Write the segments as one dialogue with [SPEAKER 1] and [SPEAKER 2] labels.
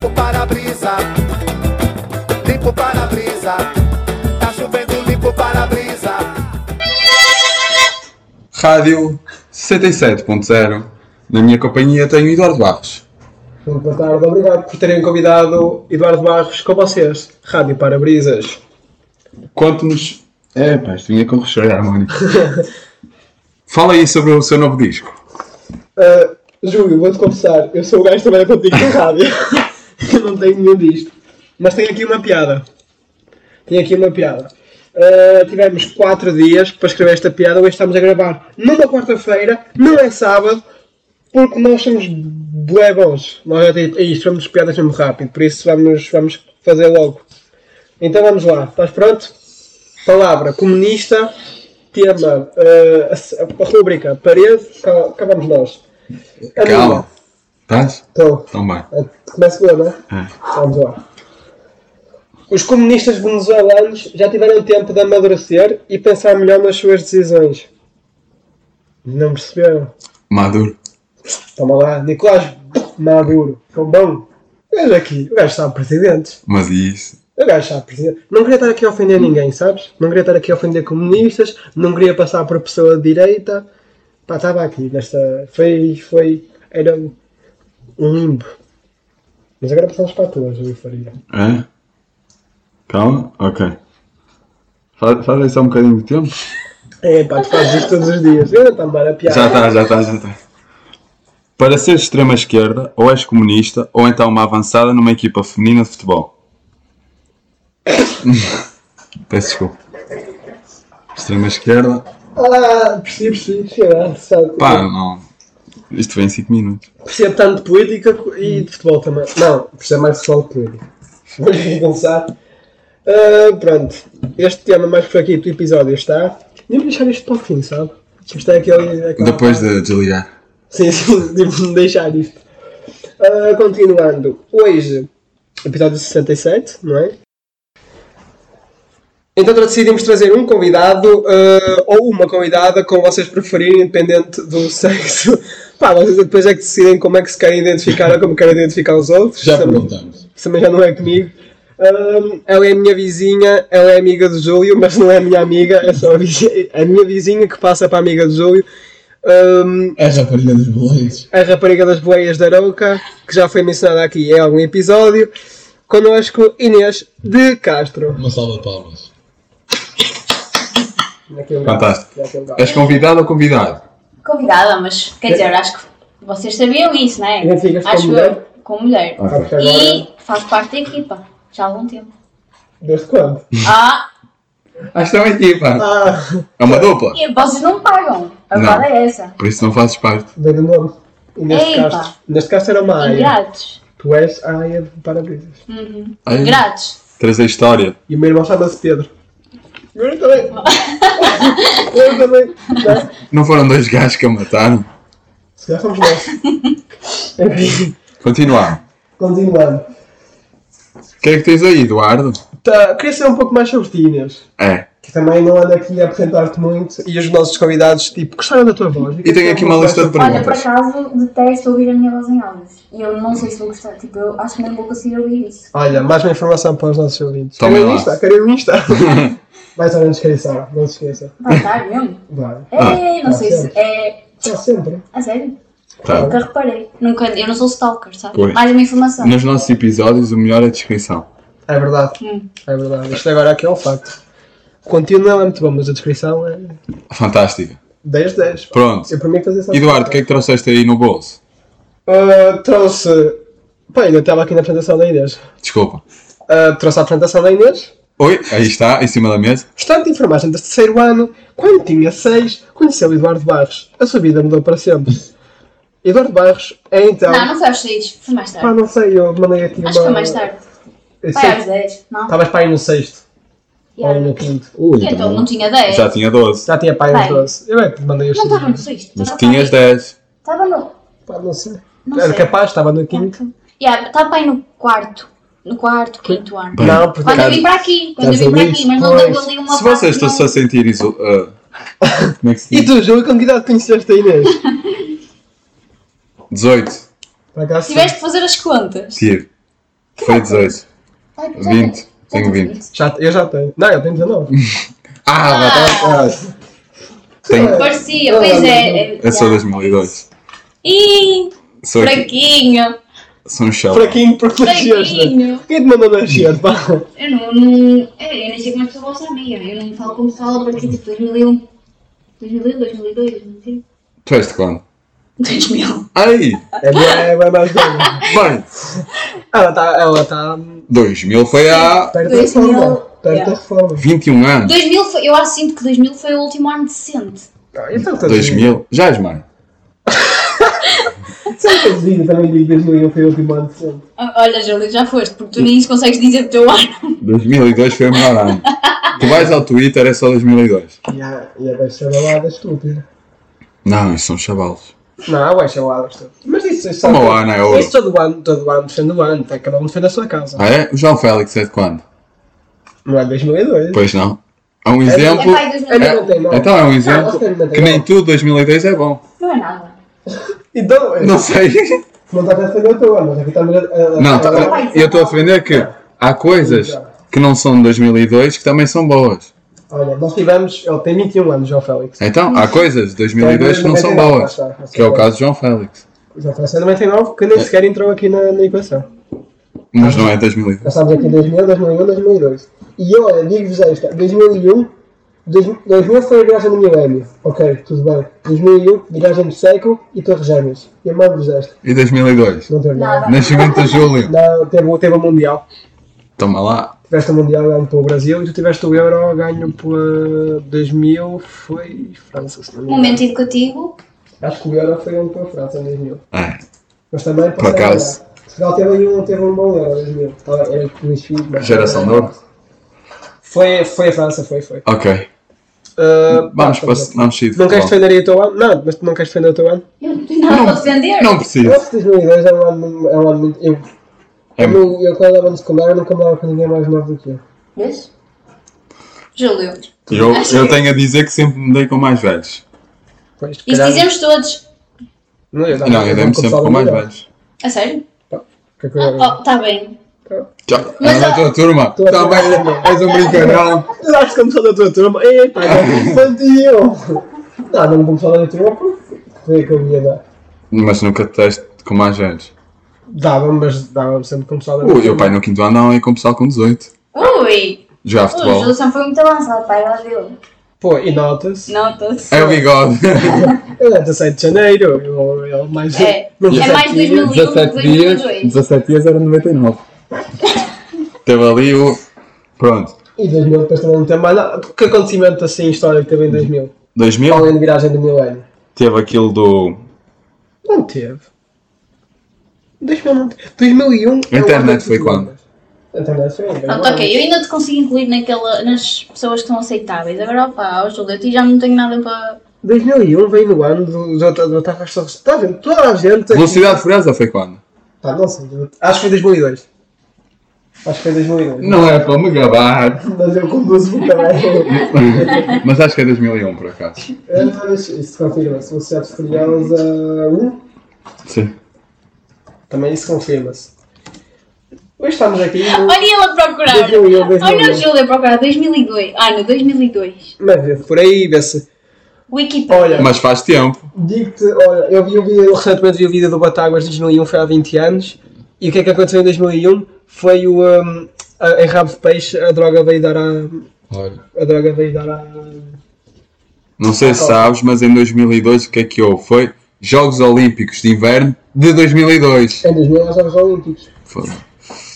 [SPEAKER 1] Tá
[SPEAKER 2] Rádio 67.0. Na minha companhia tenho Eduardo Barros.
[SPEAKER 3] Muito boa tarde, obrigado por terem convidado Eduardo Barros com vocês. Rádio Parabrisas.
[SPEAKER 2] Conte-nos. É, pá, isto vinha com recheio harmónico. Fala aí sobre o seu novo disco.
[SPEAKER 3] Ah, Júlio, vou-te confessar, eu sou o gajo que trabalha contigo na rádio. eu não tenho nenhum disto. Mas tenho aqui uma piada. Tenho aqui uma piada. Ah, tivemos 4 dias para escrever esta piada, hoje estamos a gravar numa quarta-feira, não é sábado, porque nós somos bué bons. Nós já temos, é isto, vamos piadas mesmo rápido, por isso vamos, vamos fazer logo. Então vamos lá, estás pronto? Palavra comunista, tema, ah, a s- a rúbrica parede, cá, cá vamos nós.
[SPEAKER 2] Calma. Estás?
[SPEAKER 3] Então,
[SPEAKER 2] Então bem.
[SPEAKER 3] começa eu, não é? Vamos lá. Os comunistas venezuelanos já tiveram tempo de amadurecer e pensar melhor nas suas decisões. Não perceberam?
[SPEAKER 2] Maduro.
[SPEAKER 3] Toma lá, Nicolás Maduro. Tão bom. O gajo aqui, o gajo sabe presidentes.
[SPEAKER 2] Mas e isso?
[SPEAKER 3] O gajo sabe presidentes. Não queria estar aqui a ofender ninguém, sabes? Não queria estar aqui a ofender comunistas, não queria passar por pessoa de direita. Pá, estava aqui nesta. Foi. foi. Era um limbo. Mas agora passamos para a tua, Júlio Faria.
[SPEAKER 2] É? Calma? Ok. Faz, faz aí só um bocadinho de tempo.
[SPEAKER 3] É, pá, tu fazes isto todos os dias. Eu não a piada.
[SPEAKER 2] Já está, já está, já está. Para ser extrema-esquerda, ou és comunista, ou então uma avançada numa equipa feminina de futebol. Peço desculpa. Extrema-esquerda.
[SPEAKER 3] Ah, percebo, percebo. Chega, sabe?
[SPEAKER 2] Pá, não. Isto foi em 5 minutos.
[SPEAKER 3] Percebo tanto de política e de futebol também. Não, percebo mais de futebol que de política. Vamos aqui começar. Ah, pronto, este tema mais por aqui do episódio está. Devo deixar isto para o fim, sabe? Isto é aquele. aquela-
[SPEAKER 2] Depois de desligar.
[SPEAKER 3] Sim, sim, devo deixar isto. Ah, continuando, hoje, episódio 67, não é? Então decidimos trazer um convidado ah, ou uma convidada, como vocês preferirem, independente do sexo. Pá, vocês depois é que decidem como é que se querem identificar ou como querem identificar os outros.
[SPEAKER 4] Já
[SPEAKER 3] Também-
[SPEAKER 4] perguntamos.
[SPEAKER 3] isso também já não é comigo. Ahm, ela é a minha vizinha, ela é amiga do Júlio, mas não é a minha amiga, é só a, vi- a minha vizinha que passa para a amiga do Júlio. Ah, Ahm,
[SPEAKER 4] É a rapariga dos boleiros.
[SPEAKER 3] a rapariga das boleias da Arouca, que já foi mencionada aqui em algum episódio. Connosco, Inês de Castro.
[SPEAKER 4] Uma salva de palmas.
[SPEAKER 3] um
[SPEAKER 2] Fantástico. És convidado ou convidado?
[SPEAKER 5] convidada, mas quer dizer, acho que vocês sabiam isso, não é?
[SPEAKER 3] Identificas-te como
[SPEAKER 5] acho
[SPEAKER 3] mulher?
[SPEAKER 5] eu, como mulher.
[SPEAKER 3] Sabes que agora,
[SPEAKER 5] E faço parte da equipa, já há algum tempo.
[SPEAKER 3] desde quando?
[SPEAKER 5] Ah,
[SPEAKER 2] Acho que é uma equipa.
[SPEAKER 3] Ah,
[SPEAKER 2] É uma dupla.
[SPEAKER 5] e vocês não pagam, a
[SPEAKER 2] Não.
[SPEAKER 5] verdade é essa.
[SPEAKER 2] Por isso não fazes parte.
[SPEAKER 3] desde o nome. Inês de
[SPEAKER 5] Epa.
[SPEAKER 3] Castro. Inês de Castro era uma
[SPEAKER 5] Ah, é.
[SPEAKER 3] área.
[SPEAKER 5] Ingratos.
[SPEAKER 3] Tu és a área de parabrisas.
[SPEAKER 2] Ai,
[SPEAKER 5] Ingratos.
[SPEAKER 2] Trazer história.
[SPEAKER 3] E o meu irmão chama-se Pedro. Eu também. Eu também. Tá?
[SPEAKER 2] Não foram dois gajos que a mataram?
[SPEAKER 3] Se calhar fomos nós. Enfim,
[SPEAKER 2] Continuar.
[SPEAKER 3] continuando.
[SPEAKER 2] O que é que tens aí, Eduardo?
[SPEAKER 3] Tá, queria saber um pouco mais sobre ti, Inês.
[SPEAKER 2] É.
[SPEAKER 3] Que também não ando aqui a apresentar-te muito. E os nossos convidados, tipo, gostaram da tua voz.
[SPEAKER 2] E tenho aqui uma lista de
[SPEAKER 5] Olha, por
[SPEAKER 2] perguntas.
[SPEAKER 5] acaso detesto ouvir a minha voz em aulas. E eu não sei se vou gostar, tipo, eu acho que não vou conseguir ouvir isso.
[SPEAKER 3] Olha, mais uma informação para os nossos ouvintes.
[SPEAKER 2] Tomem
[SPEAKER 3] Querem o
[SPEAKER 2] lá.
[SPEAKER 3] Insta? Querem o Insta? Vai estar na descrição, não se esqueça.
[SPEAKER 5] Vai estar mesmo?
[SPEAKER 3] Vai.
[SPEAKER 2] Ah.
[SPEAKER 5] Ei, não sei se é.
[SPEAKER 3] Está sempre.
[SPEAKER 5] A sério?
[SPEAKER 2] Tá.
[SPEAKER 5] Nunca reparei. Nunca, eu não sou stalker, sabe?
[SPEAKER 2] Pois.
[SPEAKER 5] Mais uma informação.
[SPEAKER 2] Nos nossos episódios, o melhor é a descrição.
[SPEAKER 3] É verdade.
[SPEAKER 5] Hum.
[SPEAKER 3] É verdade. Isto agora aqui é um facto. O conteúdo não é muito bom, mas a descrição é
[SPEAKER 2] Fantástica.
[SPEAKER 3] 10 10.
[SPEAKER 2] Pronto.
[SPEAKER 3] Eu prometo fazer essa
[SPEAKER 2] Eduardo, o que é que trouxeste aí no bolso?
[SPEAKER 3] Ah, trouxe. Pá, ainda estava aqui na apresentação da Inês.
[SPEAKER 2] Desculpa.
[SPEAKER 3] Ah, trouxe a apresentação da Inês.
[SPEAKER 2] Oi, aí está, em cima da mesa.
[SPEAKER 3] Estudante de enfermagem do terceiro ano, quando tinha seis, conheceu Eduardo Barros. A sua vida mudou para sempre. Eduardo Barros é então.
[SPEAKER 5] Não, não foi aos 6, foi mais
[SPEAKER 3] Pá,
[SPEAKER 5] tarde.
[SPEAKER 3] não sei, eu mandei aqui uma.
[SPEAKER 5] Acho que foi mais tarde. é Tá
[SPEAKER 3] Eu
[SPEAKER 5] Foi
[SPEAKER 3] sei-
[SPEAKER 5] aos 10, não?
[SPEAKER 3] Estavas pai no sexto
[SPEAKER 5] Yeah.
[SPEAKER 3] ou no quinto.
[SPEAKER 4] Ui,
[SPEAKER 5] E então
[SPEAKER 4] então.
[SPEAKER 5] não tinha
[SPEAKER 6] tá
[SPEAKER 5] 10.
[SPEAKER 2] Já tinha 12.
[SPEAKER 3] Já tinha pai
[SPEAKER 5] Bem.
[SPEAKER 3] nos 12. Eu é que te mandei este.
[SPEAKER 5] Não estava no
[SPEAKER 6] tá
[SPEAKER 5] 6.
[SPEAKER 2] Mas tinhas 10.
[SPEAKER 5] Estava no.
[SPEAKER 3] Pá, não sei.
[SPEAKER 5] Não
[SPEAKER 3] Era
[SPEAKER 5] sei.
[SPEAKER 3] capaz, estava no quinto.
[SPEAKER 5] Estava aí no quarto. No quarto, quinto ano.
[SPEAKER 2] Bem,
[SPEAKER 3] Não, porque
[SPEAKER 5] Quando eu vim para aqui, quando eu vim para aqui, mas não deu ali uma
[SPEAKER 2] Se vocês
[SPEAKER 5] parte, não.
[SPEAKER 2] estão-se a sentir isolados. como é que se
[SPEAKER 3] E
[SPEAKER 2] diz?
[SPEAKER 3] tu, Júlio, com que idade conheceste a Inês?
[SPEAKER 2] 18.
[SPEAKER 3] Para cá sim.
[SPEAKER 5] Tiveste que fazer as contas.
[SPEAKER 2] Tive. Foi 18.
[SPEAKER 5] Ai, é, já
[SPEAKER 2] 20,
[SPEAKER 5] tens- já
[SPEAKER 2] tenho
[SPEAKER 5] tens
[SPEAKER 2] 20.
[SPEAKER 3] Já, eu já tenho. Não, eu tenho 19.
[SPEAKER 2] Ah,
[SPEAKER 3] Ah,
[SPEAKER 2] tá. Tem,
[SPEAKER 6] Parecia,
[SPEAKER 3] Ah,
[SPEAKER 6] pois
[SPEAKER 3] não,
[SPEAKER 6] é.
[SPEAKER 2] é só 2002.
[SPEAKER 6] Ih,
[SPEAKER 2] Sou,
[SPEAKER 6] fraquinho,
[SPEAKER 2] sou um chão.
[SPEAKER 3] Fraquinho porque nasceste. né?
[SPEAKER 6] fraquinho.
[SPEAKER 3] Quem te mandou nascer, pá?
[SPEAKER 6] Eu não, não, é, eu nem sei como as pessoas sabia. Eu não falo como pessoal porque
[SPEAKER 2] Uhum.
[SPEAKER 6] tipo 2001, 2001, 2002, 2003,
[SPEAKER 2] Tu és de quando?
[SPEAKER 6] 2000.
[SPEAKER 2] Ai!
[SPEAKER 3] É, é, é mais nova.
[SPEAKER 2] Bem,
[SPEAKER 3] Ela está. Ela está.
[SPEAKER 2] 2000 foi há
[SPEAKER 3] Perto da
[SPEAKER 6] Dois mil,
[SPEAKER 3] reforma. Perto da
[SPEAKER 6] yeah.
[SPEAKER 3] reforma.
[SPEAKER 2] 21 anos.
[SPEAKER 6] 2000 foi, eu sinto que 2000 foi o último ano decente.
[SPEAKER 2] Tá,
[SPEAKER 3] Ah, Então, estás
[SPEAKER 2] 2000? Já és mãe.
[SPEAKER 3] vivo. Sabe que eu digo, também digo 2001 foi o último ano de sempre.
[SPEAKER 6] Ah, Olha, Júlio, já foste, porque tu nem isso consegues dizer do teu ano.
[SPEAKER 2] 2002 foi o melhor ano. Tu vais ao Twitter, é só 2002.
[SPEAKER 3] E há, e é há gajas chavaladas estúpidas.
[SPEAKER 2] Não, isso são chavalos.
[SPEAKER 3] Não,
[SPEAKER 2] é
[SPEAKER 3] há gajas chavaladas estúpidas. Mas isso, isso
[SPEAKER 2] Como o ano é ouro.
[SPEAKER 3] Isso todo ano, todo ano defende o ano. Tá, cada um defende a sua casa.
[SPEAKER 2] Ah é? O João Félix é de quando?
[SPEAKER 3] Não é 2002.
[SPEAKER 2] Ah. Pois não. É um
[SPEAKER 6] É
[SPEAKER 2] exemplo.
[SPEAKER 6] pai 2000.
[SPEAKER 3] É- não tem mal.
[SPEAKER 2] Então é um
[SPEAKER 3] Ah,
[SPEAKER 2] exemplo
[SPEAKER 3] você não tem
[SPEAKER 2] que nem
[SPEAKER 3] mal.
[SPEAKER 2] tu, 2002 é bom.
[SPEAKER 7] Não é nada.
[SPEAKER 3] Então,
[SPEAKER 2] Não sei.
[SPEAKER 3] não estás a defender o teu ano, mas aqui estamos a. eh, a-
[SPEAKER 2] Não, tá-
[SPEAKER 3] a-
[SPEAKER 2] eu estou a defender que há coisas que não são de 2002 que também são boas.
[SPEAKER 3] Olha, nós tivemos. Ele tem 21 anos, João Félix.
[SPEAKER 2] Então há coisas de 2002 que não são boas. Que é o caso de João Félix.
[SPEAKER 3] João Félix é 99, que nem sequer entrou aqui na, na equação.
[SPEAKER 2] Mas não é 2002.
[SPEAKER 3] Nós estamos aqui em 2000, 2001, 2002. E eu, olha, digo-vos esta: 2001. 2000 2000 foi a viragem do milénio. Ok, tudo bem. 2001, viragem do século e Torres Gêmeas. E eu mando-vos esta.
[SPEAKER 2] E 2002?
[SPEAKER 3] Não teve nada.
[SPEAKER 7] Nada.
[SPEAKER 2] Nascimento de Júlio.
[SPEAKER 3] Não, teve, teve o Mundial.
[SPEAKER 2] Toma lá.
[SPEAKER 3] Tiveste o Mundial ganho pelo Brasil e tu tiveste o Euro ganho pela 2000, foi França, se não
[SPEAKER 7] Um
[SPEAKER 3] me engano.
[SPEAKER 6] Momento educativo.
[SPEAKER 3] Acho que o Euro foi um para a França em 2000.
[SPEAKER 2] É.
[SPEAKER 3] Mas também
[SPEAKER 2] Por acaso.
[SPEAKER 3] Portugal teve aí um, teve um bom Euro em 2000. Tá, Era o Luís Figo. mas-
[SPEAKER 2] Geração de ouro?
[SPEAKER 3] Foi, foi a França, foi, foi.
[SPEAKER 2] Ok.
[SPEAKER 3] Ah,
[SPEAKER 2] Vamos
[SPEAKER 3] tá,
[SPEAKER 2] para
[SPEAKER 3] tá, tá.
[SPEAKER 2] vamos sair de
[SPEAKER 3] Não queres
[SPEAKER 2] futebol.
[SPEAKER 3] defender aí o teu ano? Não, mas tu não queres defender o teu ano?
[SPEAKER 6] Eu não tenho nada para defender.
[SPEAKER 2] Não
[SPEAKER 3] Eu
[SPEAKER 2] preciso.
[SPEAKER 3] acho que 2002 é um ano, é um ano muito... Eu,
[SPEAKER 2] É
[SPEAKER 3] eu, não- eu, quando estava no secundário, nunca andava com ninguém mais novo do que eu.
[SPEAKER 7] Vês?
[SPEAKER 6] Júlio,
[SPEAKER 2] Eu, eu tenho a dizer que sempre me dei com mais velhos.
[SPEAKER 3] Pois, se
[SPEAKER 6] isso
[SPEAKER 3] calhar-
[SPEAKER 6] dizemos todos.
[SPEAKER 3] Tá, Não, eu dava-
[SPEAKER 2] Não, eu dei-me
[SPEAKER 3] dava
[SPEAKER 2] sempre
[SPEAKER 3] pessoal
[SPEAKER 2] com mais
[SPEAKER 3] melhor.
[SPEAKER 2] velhos.
[SPEAKER 6] A sério?
[SPEAKER 3] Que é que eu era?
[SPEAKER 6] Ah, oh, tá bem.
[SPEAKER 2] Tchau.
[SPEAKER 6] Mas,
[SPEAKER 2] Ah,
[SPEAKER 6] ó-
[SPEAKER 2] tua turma.
[SPEAKER 3] Tua
[SPEAKER 2] Também
[SPEAKER 3] turma.
[SPEAKER 2] és um brincarão.
[SPEAKER 3] Tu acho que começou da tua turma? Epá, já fui infantil! Não, não começou da tua turma porque foi a que eu ia dar.
[SPEAKER 2] Mas nunca te deste com mais velhos.
[SPEAKER 3] Dava-me, mas dava-me sempre começar da
[SPEAKER 2] O meu pai no quinto ano andava aí com o pessoal com 18.
[SPEAKER 6] Ui!
[SPEAKER 2] Jogar Tá
[SPEAKER 6] O Júlio
[SPEAKER 2] futebol.
[SPEAKER 6] só
[SPEAKER 7] Foi muito avançado, pai, ela deu.
[SPEAKER 3] Pô, e nota-se.
[SPEAKER 6] Não, todos.
[SPEAKER 2] É o bigode.
[SPEAKER 3] Ele é 17 de janeiro, eu, eu mais.
[SPEAKER 6] É.
[SPEAKER 3] não
[SPEAKER 6] É
[SPEAKER 3] sei
[SPEAKER 6] mais
[SPEAKER 3] se-
[SPEAKER 6] 2000.
[SPEAKER 2] 17 dias, 17 dias era 99. Teve ali o. Pronto.
[SPEAKER 3] E 2000 depois também não tem mais nada. Que acontecimento assim histórico teve em 2000?
[SPEAKER 2] 2000
[SPEAKER 3] Além de é viragem do milénio?
[SPEAKER 2] teve aquilo do.
[SPEAKER 3] Não teve. 2000 não teve. 2001 é o
[SPEAKER 2] Internet
[SPEAKER 3] ano das
[SPEAKER 2] foi
[SPEAKER 3] turmas.
[SPEAKER 2] quando?
[SPEAKER 3] A internet foi ainda.
[SPEAKER 6] Pronto, ok, eu ainda te consigo incluir naquela, nas pessoas que são aceitáveis. Agora, opá, ó, Júlio, eu ti já não tenho nada para.
[SPEAKER 3] 2001 veio no ano do, do, do, do ataque às torres. Está tá vendo? Toda a gente. aqui-
[SPEAKER 2] Velocidade Furiosa foi quando?
[SPEAKER 3] Pá, não sei. eu- Acho que foi 2002. Acho que foi 2002.
[SPEAKER 2] Não é para me gabar.
[SPEAKER 3] um. Mas eu conduzo muito bem.
[SPEAKER 2] Mas acho que é 2001 por acaso.
[SPEAKER 3] Mas isso confirma-se. Velocidade Furiosa 1.
[SPEAKER 2] Sim.
[SPEAKER 3] Também isso confirma-se. Hoje estamos aqui no...
[SPEAKER 6] Olha ele a procurar!
[SPEAKER 3] 2001,
[SPEAKER 6] Olha o
[SPEAKER 3] 2002.
[SPEAKER 6] Júlio a procurar 2002. Ano 2002.
[SPEAKER 3] Mas vê, por aí vê-se.
[SPEAKER 6] Wikipedia.
[SPEAKER 3] Olha,
[SPEAKER 2] Mas faz tempo.
[SPEAKER 3] digo-te, olha, eu vi o vídeo, recentemente vi o vídeo do Batáguas de 2001, foi há 20 anos. E o que é que aconteceu em 2001? Foi o. hum, a- em rabo de peixe, a droga veio dar a.
[SPEAKER 8] Olha,
[SPEAKER 3] A droga veio dar a.
[SPEAKER 2] Não sei se sabes, mas em 2002 o que é que houve? Foi Jogos Olímpicos de Inverno de 2002.
[SPEAKER 3] Em 2000 aos Jogos Olímpicos.
[SPEAKER 2] Foi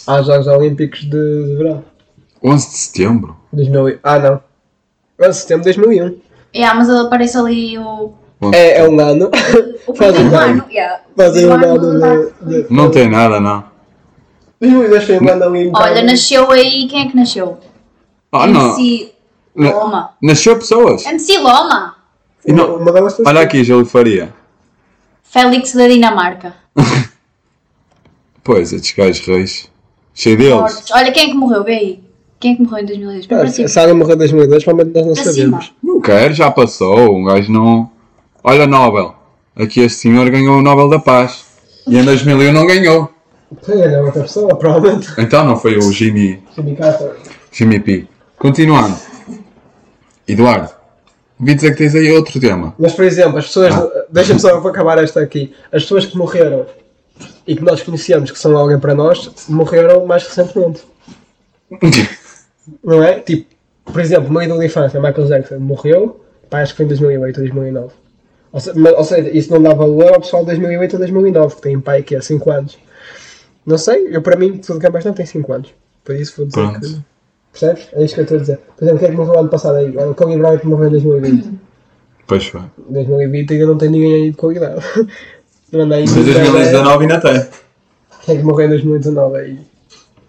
[SPEAKER 3] Aos Jogos Olímpicos de, de verão.
[SPEAKER 2] 11 de setembro.
[SPEAKER 3] 2001. Ah, não. Agora setembro de 2001.
[SPEAKER 6] Yeah, mas ele aparece ali o.
[SPEAKER 3] É, é um ano.
[SPEAKER 6] O
[SPEAKER 3] Faz um
[SPEAKER 6] primeiro
[SPEAKER 3] ano.
[SPEAKER 6] ano. Yeah.
[SPEAKER 3] Faz aí um
[SPEAKER 7] Eduardo
[SPEAKER 3] ano
[SPEAKER 7] Duarte.
[SPEAKER 3] de. de-
[SPEAKER 2] Não tem nada, não.
[SPEAKER 3] 2002 foi um ano ali. um
[SPEAKER 6] Olha,
[SPEAKER 3] bocado-
[SPEAKER 6] nasceu aí. Quem é que nasceu?
[SPEAKER 2] Ah, não.
[SPEAKER 6] MC
[SPEAKER 2] Na-
[SPEAKER 6] Loma.
[SPEAKER 2] Nasceu pessoas.
[SPEAKER 6] MC Loma!
[SPEAKER 2] E não-
[SPEAKER 3] Uma delas foi.
[SPEAKER 2] Olha aqui, Júlio Faria.
[SPEAKER 6] Félix da Dinamarca.
[SPEAKER 2] Pois, estes gajos reis. Cheio deles.
[SPEAKER 6] Mortos. Olha quem é que morreu, vê aí. Quem é que morreu em 2002? Vem
[SPEAKER 3] Ah,
[SPEAKER 6] para
[SPEAKER 3] se a
[SPEAKER 6] cima.
[SPEAKER 3] Sara morreu em 2002, provavelmente nós não
[SPEAKER 6] Para
[SPEAKER 3] sabemos.
[SPEAKER 6] cima.
[SPEAKER 2] Não quero, já passou. Um gajo não. Olha, Nobel. Aqui este senhor ganhou o Nobel da Paz. E em 2001 não ganhou.
[SPEAKER 3] Era é outra pessoa, provavelmente.
[SPEAKER 2] Então não foi o Jimmy,
[SPEAKER 3] Sindicato.
[SPEAKER 2] Jimmy P. Continuando. Eduardo, Vi dizer que tens aí outro tema.
[SPEAKER 3] Mas, por exemplo, as pessoas. Deixa-me só acabar esta aqui. As pessoas que morreram e que nós conhecemos que são alguém para nós, morreram mais recentemente. Não é? Tipo, por exemplo, o meu ídolo de infância, Michael Jackson, morreu, pá, acho que foi em 2008 ou 2009. Ou se- mas- ou seja, isso não dá valor ao pessoal de 2008 ou 2009, que tem pai que é 5 anos. Não sei, eu para mim, tudo que é mais não tem 5 anos. Por isso vou dizer
[SPEAKER 2] Pronto.
[SPEAKER 3] que. Percebes? É isto que eu estou a dizer. Por exemplo, quem é que morreu ano passado aí? Olha, O Kobe Bryant morreu em 2020.
[SPEAKER 2] Pois foi.
[SPEAKER 3] 2020 ainda não tem ninguém aí de qualidade. Não anda aí.
[SPEAKER 2] Mas em
[SPEAKER 3] ninguém, né?
[SPEAKER 2] 2019 ainda tem.
[SPEAKER 3] Quem é que morreu em 2019 aí?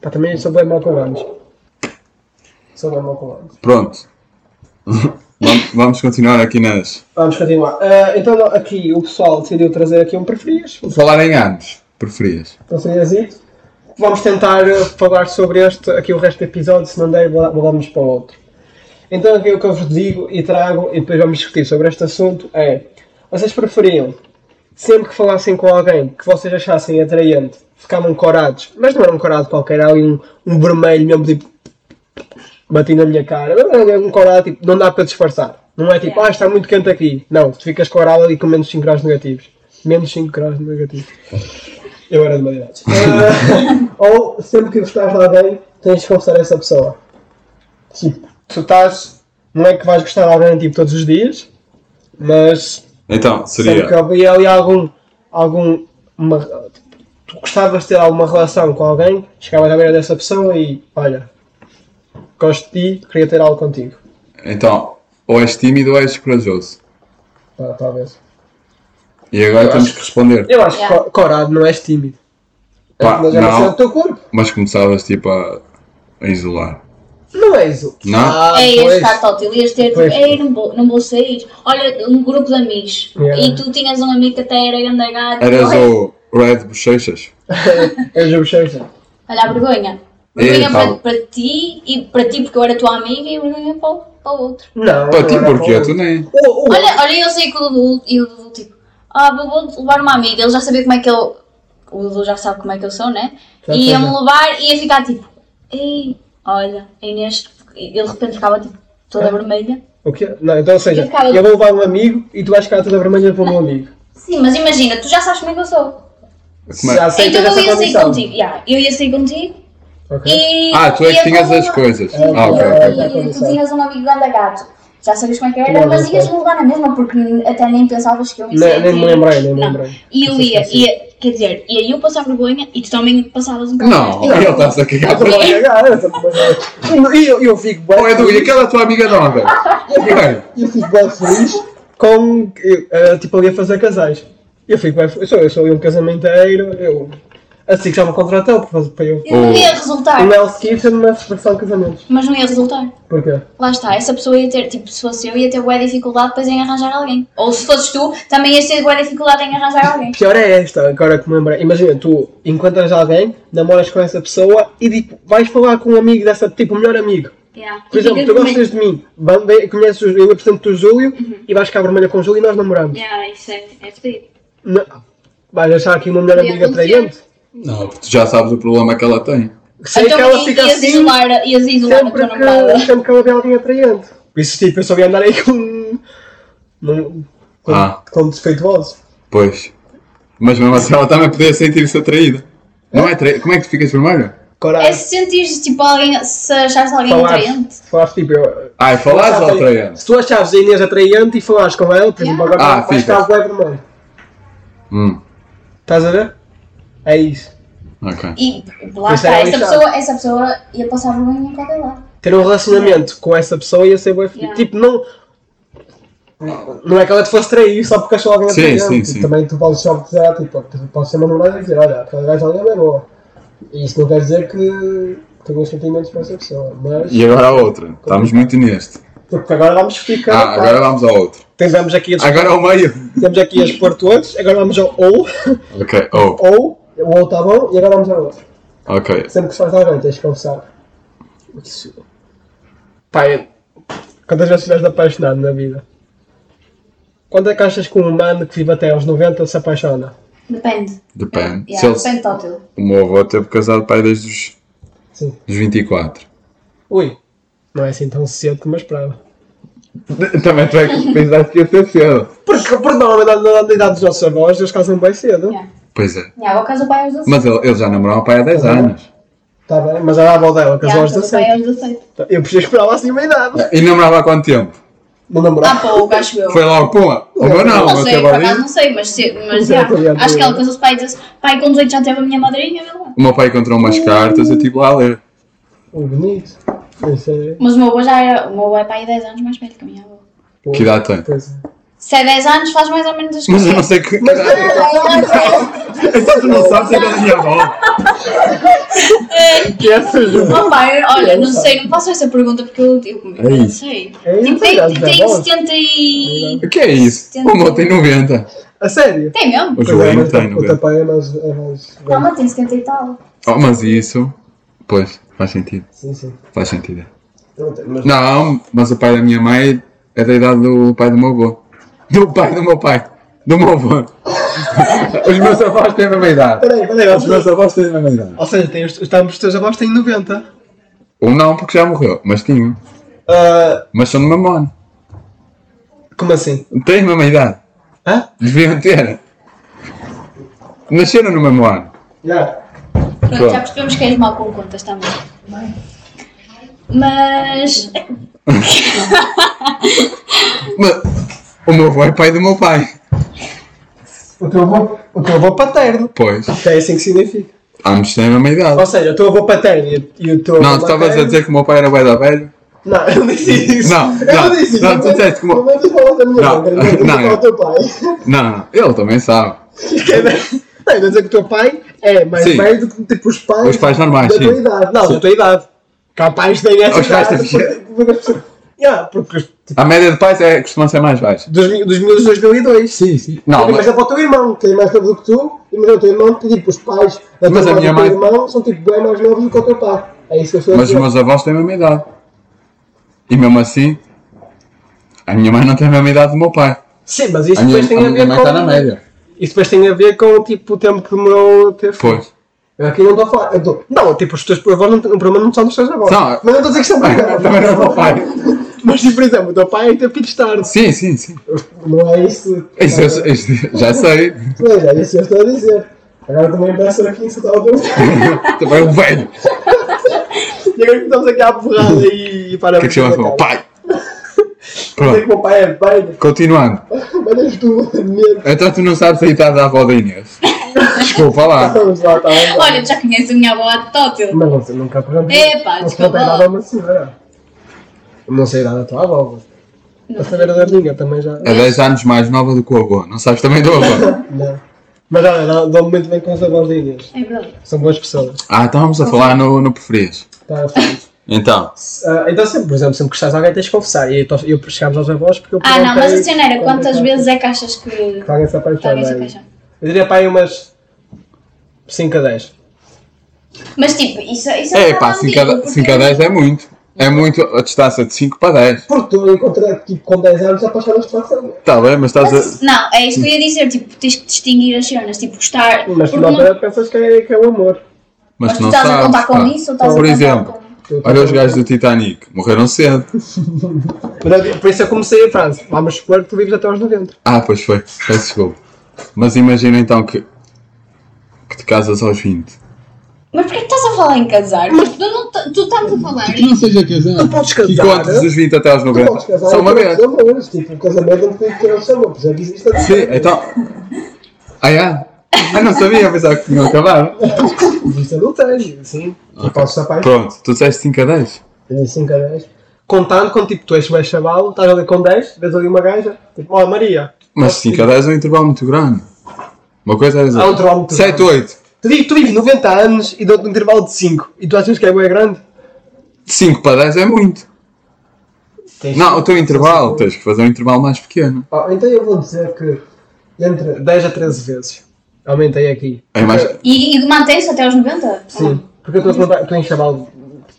[SPEAKER 3] Pá, também sou bem mal com anos. Sou bem mal com anos.
[SPEAKER 2] Pronto. Vamos- Vamos continuar aqui nas.
[SPEAKER 3] Vamos continuar. Ah, então, aqui o pessoal decidiu trazer aqui um preferias.
[SPEAKER 2] Falar em anos, preferias?
[SPEAKER 3] Não seria isso? Então, Vamos tentar ah, falar sobre este aqui o resto do episódio. Se não der, muda- mudamos para outro. Então, aqui o que eu vos digo e trago, e depois vamos discutir sobre este assunto, é: vocês preferiam sempre que falassem com alguém que vocês achassem atraente, ficavam corados, mas não era um corado qualquer, era ali um, um vermelho mesmo, tipo, bati na minha cara, mas era um corado, tipo, não dá para disfarçar. Não é tipo, ah, está muito quente aqui. Não, tu ficas corado ali com menos 5 graus negativos. Menos 5 graus negativos. Eu era de humanidades. Ah, ou sempre que gostas de alguém, tens de confessar a essa pessoa. Tipo, tu estás. Não é que vais gostar de alguém tipo, todos os dias, mas
[SPEAKER 2] Então,
[SPEAKER 3] Sempre que
[SPEAKER 2] seria.
[SPEAKER 3] havia ali algum. algum uma- tu gostavas de ter alguma relação com alguém, chegavas à beira dessa pessoa e olha, gosto de ti, queria ter algo contigo.
[SPEAKER 2] Então, ou és tímido ou és corajoso.
[SPEAKER 3] Tá- Talvez.
[SPEAKER 2] E agora temos que responder.
[SPEAKER 3] Eu acho
[SPEAKER 9] Yeah.
[SPEAKER 3] que co- corado não és tímido.
[SPEAKER 2] Pá,
[SPEAKER 3] mas é uma
[SPEAKER 2] não.
[SPEAKER 3] cena do teu corpo.
[SPEAKER 2] Mas começavas tipo a, a isolar.
[SPEAKER 3] Não és o.
[SPEAKER 2] Não.
[SPEAKER 3] Ah,
[SPEAKER 6] é ias
[SPEAKER 3] pois.
[SPEAKER 6] ficar tótil, ias ter tipo,
[SPEAKER 3] Pois.
[SPEAKER 6] ei, não vou, não vou sair. Olha, um grupo de amigos.
[SPEAKER 3] Yeah.
[SPEAKER 6] E tu tinhas um amigo que até era grande gato.
[SPEAKER 2] Eras
[SPEAKER 3] é.
[SPEAKER 6] Olha,
[SPEAKER 2] o Red Bochechas.
[SPEAKER 3] És o bochecha.
[SPEAKER 6] Olha a vergonha.
[SPEAKER 2] Ei,
[SPEAKER 6] Vergonha para,
[SPEAKER 2] Paulo.
[SPEAKER 6] para ti e para ti porque eu era tua amiga e vergonha para, o- para o outro.
[SPEAKER 3] Não.
[SPEAKER 2] Para ti,
[SPEAKER 3] não era
[SPEAKER 2] tipo, porque é,
[SPEAKER 3] para
[SPEAKER 2] tu nem.
[SPEAKER 3] o- o-
[SPEAKER 6] Olha, olha, eu sei que o Dudu, e o Dudu tipo, ah, vou, vou levar uma amiga, ele já sabia como é que eu. O Dudu já sabe como é que eu sou, né?
[SPEAKER 3] Já
[SPEAKER 6] E
[SPEAKER 3] sei,
[SPEAKER 6] ia-me
[SPEAKER 3] já.
[SPEAKER 6] levar e ia ficar tipo, ei, olha, a Inês, ele de repente ficava tipo,
[SPEAKER 3] É.
[SPEAKER 6] toda vermelha.
[SPEAKER 3] O quê? Não, então, ou seja,
[SPEAKER 6] Eu ficava-
[SPEAKER 3] eu vou levar um amigo e tu vais ficar toda vermelha para o meu amigo.
[SPEAKER 6] Sim, mas imagina, tu já sabes como é que eu sou.
[SPEAKER 2] Como é?
[SPEAKER 3] Já aceitas
[SPEAKER 6] então eu
[SPEAKER 3] essa
[SPEAKER 6] ia sair
[SPEAKER 3] condição.
[SPEAKER 6] contigo, yeah, eu ia sair contigo
[SPEAKER 3] Ok.
[SPEAKER 6] e.
[SPEAKER 2] Ah, tu é
[SPEAKER 6] ia
[SPEAKER 2] que tinhas
[SPEAKER 6] com-
[SPEAKER 2] as coisas.
[SPEAKER 3] É,
[SPEAKER 2] Ah, ok,
[SPEAKER 3] é,
[SPEAKER 2] ok.
[SPEAKER 3] é.
[SPEAKER 9] E tu tinhas um amigo ganda gato. Já sabias como é que
[SPEAKER 3] Não,
[SPEAKER 9] era,
[SPEAKER 3] não
[SPEAKER 9] mas ias
[SPEAKER 3] sei.
[SPEAKER 9] levar na mesma, porque até nem pensavas que eu ia
[SPEAKER 3] Nem,
[SPEAKER 9] ser.
[SPEAKER 3] nem me lembrei, nem me
[SPEAKER 6] Não.
[SPEAKER 3] lembrei.
[SPEAKER 6] E eu ia, ia, quer dizer, ia eu passar vergonha e tu também passavas um bocado.
[SPEAKER 2] Não, ele tá está-se a cagar. para-
[SPEAKER 3] E eu, eu fico bem.
[SPEAKER 2] Oh, Edu, e aquela tua amiga nova? Bem,
[SPEAKER 3] Eu fico bem feliz com. eu, eh, tipo, ali a fazer casais. Eu fico bem feliz. Eu sou, eu sou ali um casamenteiro. Eu. Assim que já me contratou para fazer para eu.
[SPEAKER 6] Eu não
[SPEAKER 2] Oh.
[SPEAKER 6] ia resultar,
[SPEAKER 3] O Mel Kitchen, mas versão casamentos.
[SPEAKER 6] mas não ia resultar.
[SPEAKER 3] Porquê?
[SPEAKER 6] Lá está, essa pessoa ia ter, tipo, se fosse eu, ia ter boa dificuldade depois em arranjar alguém. Ou se fosses tu, também ias ter boa dificuldade em arranjar alguém.
[SPEAKER 3] Pior é esta, agora que me lembrei. Imagina, tu encontras alguém, namoras com essa pessoa e tipo, vais falar com um amigo dessa, tipo, o melhor amigo.
[SPEAKER 6] Yeah.
[SPEAKER 3] Por exemplo,
[SPEAKER 6] é
[SPEAKER 3] tu gostas de mim, bem- bem- conheces, o- eu apresento-te o Júlio e vais ficar vermelha com o Júlio e nós namoramos.
[SPEAKER 6] Uhum. Yeah, isso é, é fedido.
[SPEAKER 3] Não. Vais achar aqui uma melhor
[SPEAKER 6] Podia
[SPEAKER 3] amiga
[SPEAKER 6] acontecer.
[SPEAKER 3] atraente?
[SPEAKER 2] Não, porque tu já sabes o problema que ela tem.
[SPEAKER 3] Sei que ela fica
[SPEAKER 6] Então, ias
[SPEAKER 3] assim
[SPEAKER 6] isolar, ias isolar a tua
[SPEAKER 3] sempre que,
[SPEAKER 6] namorada.
[SPEAKER 3] sempre que ela vê alguém atraente. Por isso, tipo, eu só ia andar aí com. num- com,
[SPEAKER 2] Ah.
[SPEAKER 3] com um defeituoso.
[SPEAKER 2] Pois. Mas mesmo assim ela também podia sentir-se atraída. Não é atraída? Como é que tu ficas vermelho?
[SPEAKER 6] É
[SPEAKER 3] Coragem.
[SPEAKER 6] se sentires, tipo, alguém, se achares alguém atraente.
[SPEAKER 3] Falaste, falaste, tipo, eu.
[SPEAKER 2] Ai, falares ou é atraída?
[SPEAKER 3] Se tu achares a Inês atraente e falares com ela, por exemplo, agora
[SPEAKER 2] Ah,
[SPEAKER 3] vais
[SPEAKER 2] fica.
[SPEAKER 3] ficar bué vermelho.
[SPEAKER 2] Hum,
[SPEAKER 3] Estás a ver? É isso.
[SPEAKER 2] ok.
[SPEAKER 6] E lá
[SPEAKER 3] Mas
[SPEAKER 6] está,
[SPEAKER 3] era
[SPEAKER 6] essa
[SPEAKER 3] lixado.
[SPEAKER 6] pessoa.
[SPEAKER 9] Pessoa- Essa pessoa ia passar vergonha em qualquer lado.
[SPEAKER 3] Ter um relacionamento com essa pessoa ia ser bué fedido.
[SPEAKER 6] Yeah.
[SPEAKER 3] Tipo, não. Não é que ela te fosse trair só porque achou alguém
[SPEAKER 2] Sim,
[SPEAKER 3] atraente.
[SPEAKER 2] sim, sim.
[SPEAKER 3] Tipo, Também tu podes só dizer, tipo, tu podes ser uma namorada e dizer, olha, aquela gaja ali é bem boa. E isso não quer dizer que tenhas sentimentos para essa pessoa, mas. Tipo,
[SPEAKER 2] E agora a outra. Estamos muito neste.
[SPEAKER 3] Porque agora vamos explicar.
[SPEAKER 2] Ah, agora Ah. vamos ao outro.
[SPEAKER 3] Temos aqui, a-
[SPEAKER 2] Agora ao meio.
[SPEAKER 3] temos aqui a expor todos, agora vamos ao ou,
[SPEAKER 2] Ok, oh,
[SPEAKER 3] ou, o ou está bom, e agora vamos ao outro.
[SPEAKER 2] ok.
[SPEAKER 3] Sempre que se faz alguém, tens de confessar. Isso. Pai, quantas vezes estiveste apaixonado na vida? Quando é que achas que um humano que vive até aos 90 se apaixona?
[SPEAKER 9] Depende.
[SPEAKER 2] Depende. Se
[SPEAKER 9] Yeah,
[SPEAKER 2] eles-
[SPEAKER 9] depende tótil.
[SPEAKER 2] O meu avô teve casado pai desde os,
[SPEAKER 3] Sim.
[SPEAKER 2] dos 24.
[SPEAKER 3] Ui, não é assim tão cedo como eu esperava.
[SPEAKER 2] Também tu é que pensaste que ia ser cedo.
[SPEAKER 3] Porque, porque normalmente na, na idade dos nossos avós eles casam bem cedo.
[SPEAKER 5] Yeah.
[SPEAKER 2] Pois é.
[SPEAKER 5] Minha avó casou pai aos 17.
[SPEAKER 2] Mas ele, ele já namorava o pai há 10 anos.
[SPEAKER 3] Tá bem, mas era a avó dela, casou aos
[SPEAKER 10] Já, o pai
[SPEAKER 3] 17.
[SPEAKER 10] aos 17.
[SPEAKER 3] Eu preciso esperar lá assim uma idade.
[SPEAKER 2] E namorava há quanto tempo?
[SPEAKER 3] Não
[SPEAKER 6] Há
[SPEAKER 3] namorava.
[SPEAKER 6] Ah, pouco, acho eu.
[SPEAKER 2] Foi logo, puma. O meu não, o
[SPEAKER 6] Não
[SPEAKER 2] meu
[SPEAKER 6] sei,
[SPEAKER 2] teve
[SPEAKER 6] por acaso
[SPEAKER 2] ali.
[SPEAKER 6] não sei, mas, se- mas
[SPEAKER 3] Já,
[SPEAKER 6] já,
[SPEAKER 3] tô ligado,
[SPEAKER 6] acho que
[SPEAKER 3] tô
[SPEAKER 6] ela casou-se pai e disse pai, com 18 já teve a minha madrinha, vê lá.
[SPEAKER 2] O meu pai encontrou umas cartas, eu tipo, "Ah, estive lá a ler.
[SPEAKER 3] Oh, bonito. Isso é.
[SPEAKER 6] Mas o meu avô já era, o meu avô é pai 10 anos mais velho que a minha avó.
[SPEAKER 2] Que idade tem?
[SPEAKER 3] Coisa.
[SPEAKER 6] Se é 10 anos faz mais ou menos as
[SPEAKER 2] Mas eu
[SPEAKER 6] coisas.
[SPEAKER 2] não sei que.
[SPEAKER 3] Mas é.
[SPEAKER 2] Então tu não sabes é da minha avó.
[SPEAKER 3] Que é filho.
[SPEAKER 6] Oh, pai, olha, não sei, não faço essa pergunta porque eu, eu, eu não
[SPEAKER 2] isso.
[SPEAKER 6] sei.
[SPEAKER 3] É
[SPEAKER 6] Tipo,
[SPEAKER 3] isso,
[SPEAKER 6] tem,
[SPEAKER 3] idade dos
[SPEAKER 6] tem
[SPEAKER 3] avós.
[SPEAKER 6] 70 e...
[SPEAKER 2] O que é isso? O meu tem 90.
[SPEAKER 3] A sério?
[SPEAKER 6] Tem mesmo?
[SPEAKER 2] O Joelho tem
[SPEAKER 3] O teu
[SPEAKER 2] 90.
[SPEAKER 3] pai é mais. É mais
[SPEAKER 5] Não, mas tem 70 e tal.
[SPEAKER 2] Oh, mas isso. Pois, faz sentido.
[SPEAKER 3] Sim, sim.
[SPEAKER 2] Faz sentido.
[SPEAKER 3] Eu não tenho, mas-
[SPEAKER 2] Não, mas o pai da minha mãe é da idade do pai do meu avô. Do pai do meu pai. Do meu avô. Os meus avós têm a mesma idade.
[SPEAKER 3] Peraí, peraí, ó,
[SPEAKER 2] Os meus avós têm a mesma idade.
[SPEAKER 3] Ou seja, tem os, estamos, os teus avós têm 90.
[SPEAKER 2] Ou Um não, porque já morreu. Mas tinham.
[SPEAKER 3] Ah,
[SPEAKER 2] Mas são do mesmo ano.
[SPEAKER 3] como assim?
[SPEAKER 2] Têm a mesma idade.
[SPEAKER 3] Hã?
[SPEAKER 2] Deviam ter. Nasceram no mesmo ano.
[SPEAKER 3] Já.
[SPEAKER 6] Pronto, já percebemos que és mal com contas também. Mas...
[SPEAKER 2] Mas o meu avô é pai do meu pai.
[SPEAKER 3] O teu avô, o teu avô paterno.
[SPEAKER 2] Pois.
[SPEAKER 3] Que é assim que significa.
[SPEAKER 2] Ambos têm a mesma idade.
[SPEAKER 3] Ou seja, o teu avô paterno e, o- e o teu
[SPEAKER 2] Não,
[SPEAKER 3] avô
[SPEAKER 2] tu estavas a
[SPEAKER 3] materno-
[SPEAKER 2] dizer que o meu pai era bué da velho?
[SPEAKER 3] Não, eu não disse isso.
[SPEAKER 2] Não,
[SPEAKER 3] eu não,
[SPEAKER 2] não,
[SPEAKER 3] disse isso.
[SPEAKER 2] não, tu disseste que-
[SPEAKER 3] Não metas mal da minha
[SPEAKER 2] Não,
[SPEAKER 3] mãe, não metas
[SPEAKER 2] não,
[SPEAKER 3] mal ao
[SPEAKER 2] não.
[SPEAKER 3] teu pai.
[SPEAKER 2] Não, ele também sabe.
[SPEAKER 3] Quer dizer, Não, eu não dizer que o teu pai é mais
[SPEAKER 2] Sim.
[SPEAKER 3] velho do que tipo, os pais,
[SPEAKER 2] Os pais normais,
[SPEAKER 3] da tua
[SPEAKER 2] sim.
[SPEAKER 3] idade. Não,
[SPEAKER 2] Sim.
[SPEAKER 3] da tua idade. Capaz de ter essa
[SPEAKER 2] Os pais
[SPEAKER 3] idade.
[SPEAKER 2] têm-
[SPEAKER 3] porque- porque- Yeah, porque os- tipo,
[SPEAKER 2] A média de pais é, costuma ser mais baixa.
[SPEAKER 3] dos, dos mil de 2002.
[SPEAKER 2] Sim, sim. Não,
[SPEAKER 3] mas
[SPEAKER 2] mas,
[SPEAKER 3] é para o teu irmão, que é mais novo do que tu, imagina o teu irmão, que tipo, os pais da
[SPEAKER 2] Mas a
[SPEAKER 3] tua mãe
[SPEAKER 2] minha
[SPEAKER 3] e do teu
[SPEAKER 2] mãe-
[SPEAKER 3] irmão são tipo bem mais novos do que o teu pai. É isso que eu estou a
[SPEAKER 2] mas os
[SPEAKER 3] dizer.
[SPEAKER 2] meus avós têm a mesma idade. E mesmo assim, a minha mãe não tem a mesma idade do meu pai.
[SPEAKER 3] Sim, mas isso
[SPEAKER 2] A minha,
[SPEAKER 3] depois tem a,
[SPEAKER 2] a minha
[SPEAKER 3] ver
[SPEAKER 2] mãe
[SPEAKER 3] com.
[SPEAKER 2] está na média.
[SPEAKER 3] Isso depois tem a ver com tipo, o tempo que demorou a ter filhos.
[SPEAKER 2] Pois.
[SPEAKER 3] Eu aqui não estou a falar. eu estou- Não, tipo, os teus avós, não, o problema não são dos teus avós.
[SPEAKER 2] Não.
[SPEAKER 3] Mas não estou a dizer que são mais novos.
[SPEAKER 2] Também não é o meu pai.
[SPEAKER 3] Mas, tipo, por exemplo, o teu pai é ter filhos tarde.
[SPEAKER 2] Sim, sim, sim.
[SPEAKER 3] Não é isso.
[SPEAKER 2] Isso, eu- isso- já sei.
[SPEAKER 3] Pois, é isso que eu estou a dizer. Agora também peço aqui se estava a ver.
[SPEAKER 2] Também o velho.
[SPEAKER 3] E agora que estamos aqui à porrada e para
[SPEAKER 2] O que é que chama o pai?
[SPEAKER 3] Dizer
[SPEAKER 2] Pronto,
[SPEAKER 3] que o meu pai é velho.
[SPEAKER 2] continuando.
[SPEAKER 3] Mas tu, é mesmo.
[SPEAKER 2] Então tu não sabes a idade da avó da Inês. Desculpa lá.
[SPEAKER 3] Vamos lá, tá? bem, tá bem.
[SPEAKER 6] Olha, tu já conheces a minha avó há tótil.
[SPEAKER 3] Mas você nunca perguntou.
[SPEAKER 6] Epá,
[SPEAKER 3] Você
[SPEAKER 6] desculpa.
[SPEAKER 3] não tem nada a uma senhora. Não sei nada da tua avó. mas- A saber da minha também já.
[SPEAKER 2] É 10 anos mais nova do que o avô. Não sabes também do avô.
[SPEAKER 3] Não. né? Mas olha, dá- dá-me muito bem com as avós da Inês.
[SPEAKER 10] É verdade.
[SPEAKER 3] São boas pessoas.
[SPEAKER 2] Ah, estávamos a falar no, no preferias.
[SPEAKER 3] Tá feliz.
[SPEAKER 2] Então,
[SPEAKER 3] Ah, então, sempre, por exemplo, sempre que estás alguém, tens de confessar. E eu, tô- eu chegámos aos avós porque eu
[SPEAKER 6] Ah, não, mas
[SPEAKER 3] perguntei-
[SPEAKER 6] a cena era quantas
[SPEAKER 3] perguntei-
[SPEAKER 6] vezes é que achas que
[SPEAKER 3] Que alguém se
[SPEAKER 6] talvez se
[SPEAKER 3] apaixona.
[SPEAKER 6] apaixone?
[SPEAKER 3] Eu diria para aí umas 5 a 10.
[SPEAKER 6] Mas tipo, isso, isso
[SPEAKER 2] é
[SPEAKER 6] um
[SPEAKER 2] pá,
[SPEAKER 6] bocado ambíguo,
[SPEAKER 2] 5 a
[SPEAKER 6] porque-
[SPEAKER 2] 10 é muito. É muito a distância de 5 para 10.
[SPEAKER 3] Porque tu encontrei tipo, com 10 anos apaixonas-te facilmente.
[SPEAKER 2] Está Tá bem, mas estás a.
[SPEAKER 6] Não, é isso que eu ia dizer, tipo, tens que distinguir as cenas, tipo, gostar.
[SPEAKER 3] Mas tu
[SPEAKER 6] porque
[SPEAKER 3] na
[SPEAKER 6] não-
[SPEAKER 3] altura pensas que é, que é o amor.
[SPEAKER 2] Mas
[SPEAKER 6] Mas
[SPEAKER 2] tu
[SPEAKER 6] tu
[SPEAKER 2] não
[SPEAKER 6] estás a
[SPEAKER 2] sabes.
[SPEAKER 6] contar com
[SPEAKER 2] pá.
[SPEAKER 6] isso ou estás a
[SPEAKER 2] Por
[SPEAKER 6] contar
[SPEAKER 2] exemplo,
[SPEAKER 6] com-
[SPEAKER 2] olha os gajos do Titanic. Morreram cedo.
[SPEAKER 3] Mas é- Por isso eu comecei a frase. Vamos supor que tu vives até aos 90.
[SPEAKER 2] Ah, pois foi. Peço desculpa. Mas imagina então que. que te casas aos 20.
[SPEAKER 6] Mas porquê que estás a falar em casar? Mas tu, não, t- tu estás a falar.
[SPEAKER 4] Que não seja casado.
[SPEAKER 3] Tu podes
[SPEAKER 2] E
[SPEAKER 3] casar.
[SPEAKER 2] quantos dos 20 até aos
[SPEAKER 3] Tu podes
[SPEAKER 2] 90?
[SPEAKER 3] casar.
[SPEAKER 2] Só uma vez.
[SPEAKER 3] Amores, tipo, o casamento não tem que ter o seu amor. Por exemplo, existe a
[SPEAKER 2] Sim, então. Ah, é? Ah, não sabia, pensava que tinham acabado.
[SPEAKER 3] Existe a adultério. Sim. E posso estar para
[SPEAKER 2] então- Pronto, tu disseste 5 a 10.
[SPEAKER 3] 5 a 10. Contando com tipo, tu és mais chaval, estás ali com 10, vês ali uma gaja. Tipo, ó, Maria.
[SPEAKER 2] Mas 5 a 10 é um intervalo muito grande. Uma coisa é dizer.
[SPEAKER 3] Há um intervalo muito
[SPEAKER 2] 7,
[SPEAKER 3] grande.
[SPEAKER 2] 8.
[SPEAKER 3] Tu, vi- tu vives 90 anos e dou-te um intervalo de 5. E tu achas que é bem grande?
[SPEAKER 2] 5 para 10 é muito.
[SPEAKER 3] Tens-
[SPEAKER 2] Não, o teu intervalo, tens que fazer um intervalo mais pequeno.
[SPEAKER 3] Ah, então eu vou dizer que entre 10 a 13 vezes. Aumentei aqui.
[SPEAKER 2] É mais.
[SPEAKER 6] E, e mantém-se até aos 90?
[SPEAKER 3] Sim. Porque eu estou a perguntar- estou em chaval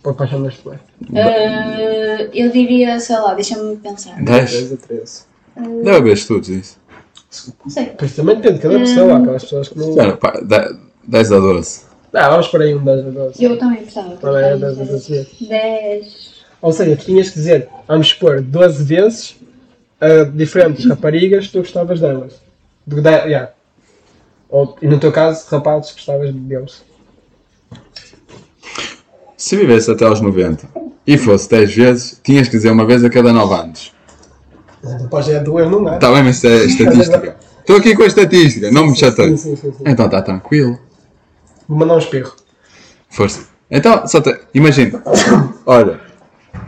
[SPEAKER 3] por paixão das flores.
[SPEAKER 6] Ah, eu diria, sei lá, deixa-me pensar.
[SPEAKER 2] 10?
[SPEAKER 3] 10 a 13.
[SPEAKER 2] Deve haver estudos isso.
[SPEAKER 6] Não sei.
[SPEAKER 3] Pois também depende de cada pessoa. Há aquelas pessoas que não.
[SPEAKER 2] Cara, pá, 10 a 12.
[SPEAKER 3] Ah, vamos por aí um 10 a 12.
[SPEAKER 6] Eu também gostava.
[SPEAKER 3] Também é 10 a 12.
[SPEAKER 6] 10.
[SPEAKER 3] Ou seja, tu tinhas que dizer, vamos supor, 12 vezes a diferentes raparigas que tu gostavas delas. Do, da, yeah. Ou, e no teu caso, rapazes que gostavas deles.
[SPEAKER 2] Se vivesse até aos 90 e fosse 10 vezes, tinhas que dizer uma vez a cada 9 anos.
[SPEAKER 3] Depois é duas, não é?
[SPEAKER 2] Está bem, mas isto é estatística. Estou aqui com a estatística, não me
[SPEAKER 3] sim,
[SPEAKER 2] chatei.
[SPEAKER 3] sim, sim, sim.
[SPEAKER 2] Então está tranquilo.
[SPEAKER 3] Vou mandar um espirro.
[SPEAKER 2] Força. Então, só te... imagina. Olha,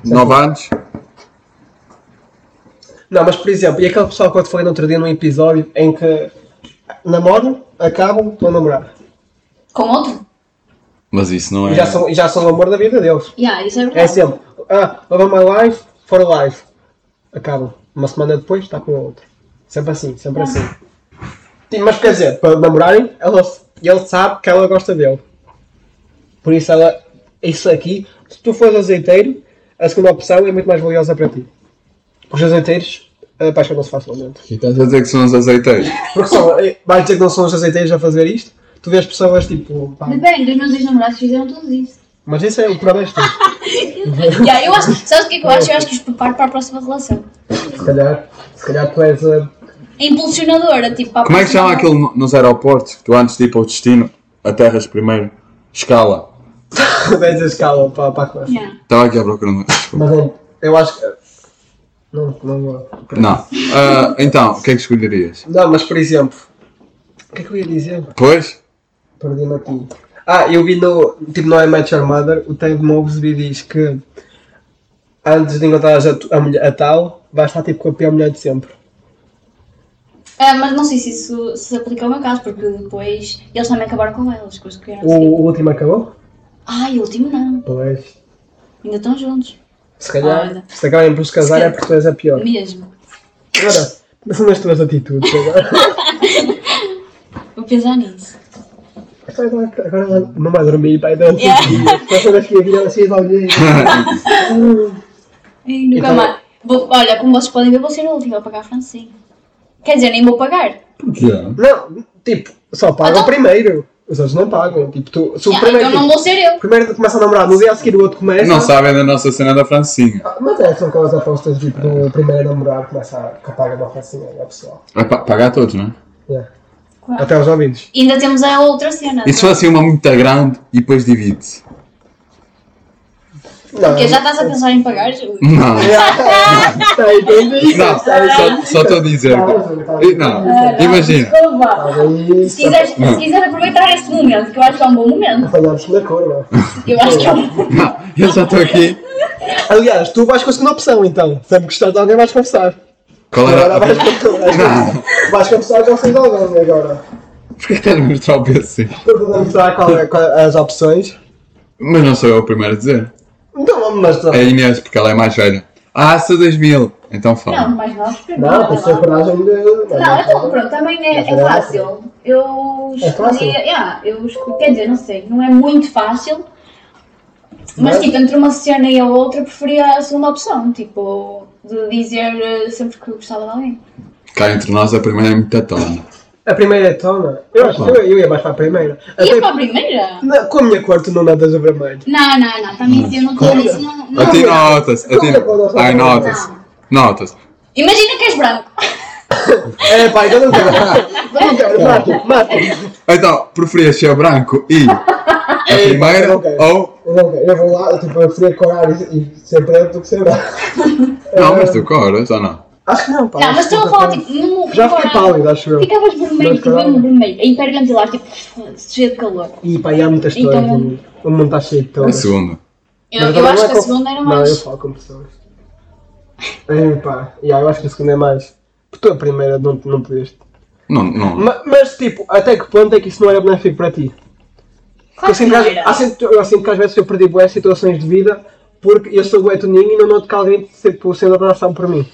[SPEAKER 2] 9 anos,
[SPEAKER 3] Não, mas por exemplo, e aquele pessoal que eu te falei no outro dia num episódio em que namoram, acabam, estão a namorar.
[SPEAKER 6] Com outro?
[SPEAKER 2] mas isso não
[SPEAKER 3] E
[SPEAKER 2] é.
[SPEAKER 3] já são, e já são o amor da vida deles.
[SPEAKER 10] Yeah, isso é
[SPEAKER 3] É
[SPEAKER 10] verdade.
[SPEAKER 3] sempre, ah, love of my life, for life. Acabam. Uma semana depois está com a outra. Sempre assim, sempre assim. Sim, mas quer dizer, para namorarem, ela, ele sabe que ela gosta dele. Por isso ela. Isso aqui, se tu fores azeiteiro, a segunda opção é muito mais valiosa para ti. Os azeiteiros eh, apaixonam-se facilmente.
[SPEAKER 4] Aqui estás
[SPEAKER 2] Estás a
[SPEAKER 4] a
[SPEAKER 2] dizer que são os azeiteiros?
[SPEAKER 3] Porque só, eh, vais dizer que não são os azeiteiros a fazer isto? Tu vês pessoas tipo. pá,
[SPEAKER 10] Depende, os meus ex-namorados fizeram tudo isso.
[SPEAKER 3] mas isso é o problema este.
[SPEAKER 6] yeah, eu acho, sabes o que é que eu acho? Eu acho que os preparo para a próxima relação.
[SPEAKER 3] Se calhar, se calhar tu és a.
[SPEAKER 6] É impulsionadora, tipo, para a
[SPEAKER 2] Como é que
[SPEAKER 6] próxima-
[SPEAKER 2] chama aquilo no- nos aeroportos? que Tu antes de ir para o destino, aterras primeiro. Escala.
[SPEAKER 3] és a escala para, para a classe.
[SPEAKER 10] Yeah.
[SPEAKER 2] Estava aqui à procura. mas- Desculpa.
[SPEAKER 3] Mas é, eu acho que. Não, não vou.
[SPEAKER 2] Não. Ah, então, o que é que escolherias?
[SPEAKER 3] Não, mas por exemplo. O que é que eu ia dizer?
[SPEAKER 2] Pois?
[SPEAKER 3] Perdi-me aqui. Ah, eu vi no. Tipo, no I Met Your Mother, o Ted Mosby diz que. Antes de encontrar a, tu- a mulher, a tal, vais estar tipo com a pior mulher de sempre.
[SPEAKER 6] Ah, mas não sei se isso se aplica ao meu caso, porque depois eles também acabaram com elas, com as que eram
[SPEAKER 3] O,
[SPEAKER 6] assim.
[SPEAKER 3] o último acabou?
[SPEAKER 6] Ai, o último não,
[SPEAKER 3] Pois.
[SPEAKER 6] ainda estão juntos.
[SPEAKER 3] Se calhar,
[SPEAKER 6] Olha.
[SPEAKER 3] se acabarem por se casar é porque tu és a pior.
[SPEAKER 6] Mesmo.
[SPEAKER 3] Agora, mas são as tuas atitudes agora.
[SPEAKER 6] Vou pensar nisso.
[SPEAKER 3] Agora, agora não vai dormir, vai durante
[SPEAKER 6] Yeah.
[SPEAKER 3] os dias. Vai ser que a vida assim de alguém.
[SPEAKER 6] Ai, nunca
[SPEAKER 3] Então-
[SPEAKER 6] mais. Vou- olha, como vocês podem ver, vou ser a última a pagar a Francinha. Quer dizer, nem vou pagar.
[SPEAKER 4] Porquê?
[SPEAKER 3] Não, tipo, só paga
[SPEAKER 6] Então-
[SPEAKER 3] o primeiro. Os outros não pagam. Tipo, tu, se o
[SPEAKER 6] Yeah,
[SPEAKER 3] primeiro,
[SPEAKER 6] então não
[SPEAKER 3] tipo,
[SPEAKER 6] vou ser eu.
[SPEAKER 3] o primeiro começa a namorar, no dia a seguir o outro começa.
[SPEAKER 2] Não sabem da nossa cena da Francinha.
[SPEAKER 3] Ah, Mas é, são aquelas apostas tipo, do primeiro a namorar começa a que paga uma facinha ao pessoal.
[SPEAKER 2] É pa- pagar todos, não é?
[SPEAKER 3] Yeah.
[SPEAKER 6] Claro.
[SPEAKER 3] Até aos ouvidos.
[SPEAKER 6] Ainda temos a outra cena. é?
[SPEAKER 2] E se fosse uma muito grande e depois divide-se?
[SPEAKER 3] Não,
[SPEAKER 6] Porque já tá- estás a pensar em pagar, Júlio?
[SPEAKER 2] Não.
[SPEAKER 3] Está aí, Tá, entendi. Tá,
[SPEAKER 2] Não, só- só estou a dizer. E- Não, imagina.
[SPEAKER 6] Ah,
[SPEAKER 3] tá,
[SPEAKER 2] Hum.
[SPEAKER 6] Desculpa. Se
[SPEAKER 3] Está
[SPEAKER 6] quiseres, se quiseres aproveitar este momento, que eu acho que é um bom momento,
[SPEAKER 3] Falhamos na cor, não.
[SPEAKER 6] eu acho que é um
[SPEAKER 2] Não, eu já estou aqui.
[SPEAKER 3] Aliás, tu vais com a segunda opção então. Sempre que estás de alguém, vais confessar.
[SPEAKER 2] Qual
[SPEAKER 3] Agora vais
[SPEAKER 2] era?
[SPEAKER 3] confessar. Vais confessar que gostas de alguém agora.
[SPEAKER 2] Porquê que estás a mostrar o PC?
[SPEAKER 3] Eu vou mostrar qual é- qual é as opções.
[SPEAKER 2] Mas não sou eu o primeiro a dizer.
[SPEAKER 3] Então, mas.
[SPEAKER 2] É a Inês, porque ela é mais velha. Ah, sou 2000. Então fala.
[SPEAKER 6] Não, mais nós.
[SPEAKER 3] Não, tem que ter coragem de.
[SPEAKER 10] Não, então pronto, também é, é fácil. Eu
[SPEAKER 3] É fácil?
[SPEAKER 10] escolhi. Yeah, eu escolhi. Quer dizer, não sei, não é muito fácil. Mas
[SPEAKER 3] Mas-
[SPEAKER 10] tipo, entre uma cena e a outra, preferia a segunda opção, tipo, de dizer eh, sempre que gostava de alguém.
[SPEAKER 2] Cá entre nós, a primeira é muito tona.
[SPEAKER 3] A primeira é tona. Eu acho que eu, eu ia mais para a primeira. A
[SPEAKER 10] E
[SPEAKER 3] pri-
[SPEAKER 10] para a primeira?
[SPEAKER 3] Na- com a minha cor, tu não nadas a vermelho.
[SPEAKER 10] Não, não, não, também se eu não estou isso, não. não.
[SPEAKER 2] A ti nota-se. A ti Ai, nota-se. Nota-se.
[SPEAKER 6] Imagina que és branco.
[SPEAKER 3] É, pai, eu não quero. Eu não quero. Mate, mate.
[SPEAKER 2] Então, preferias ser branco e a primeira
[SPEAKER 3] ok.
[SPEAKER 2] ou.
[SPEAKER 3] Eu não quero. Eu vou lá, tipo, eu preferia corar e, e ser preto do que ser branco.
[SPEAKER 2] Não, mas tu coras ou não?
[SPEAKER 3] Acho que não, pá.
[SPEAKER 10] Não, mas
[SPEAKER 3] acho que
[SPEAKER 10] estou a
[SPEAKER 3] nunca
[SPEAKER 10] falar
[SPEAKER 3] fui.
[SPEAKER 10] tipo, no
[SPEAKER 3] Já fiquei
[SPEAKER 10] encorado.
[SPEAKER 3] pálido, acho eu.
[SPEAKER 10] Ficavas vermelho,
[SPEAKER 3] Mas
[SPEAKER 10] tipo,
[SPEAKER 3] calma.
[SPEAKER 10] mesmo vermelho, a hiperventilar, tipo, cheio de calor.
[SPEAKER 3] E pá, e há muitas histórias.
[SPEAKER 10] Então-
[SPEAKER 3] o- O mundo está cheio de
[SPEAKER 2] A
[SPEAKER 3] todas.
[SPEAKER 2] segunda.
[SPEAKER 6] Eu,
[SPEAKER 3] Mas
[SPEAKER 6] eu
[SPEAKER 3] também
[SPEAKER 6] acho
[SPEAKER 3] não é
[SPEAKER 6] que a
[SPEAKER 3] com-
[SPEAKER 6] segunda era
[SPEAKER 3] Não, eu
[SPEAKER 6] mais.
[SPEAKER 3] falo com pessoas. É, pá, yeah, eu acho que a segunda é mais. Porque tu a primeira não, não podias.
[SPEAKER 2] Não, não.
[SPEAKER 3] Ma- Mas, tipo, até que ponto é que isso não era benéfico para ti? Porque assim, eu sinto, que,
[SPEAKER 6] não
[SPEAKER 3] às-
[SPEAKER 6] era.
[SPEAKER 3] há sempre- eu sinto que às vezes eu perdi boas situações de vida porque eu sou o toninho e não noto que alguém tipo, sendo abraçado por mim.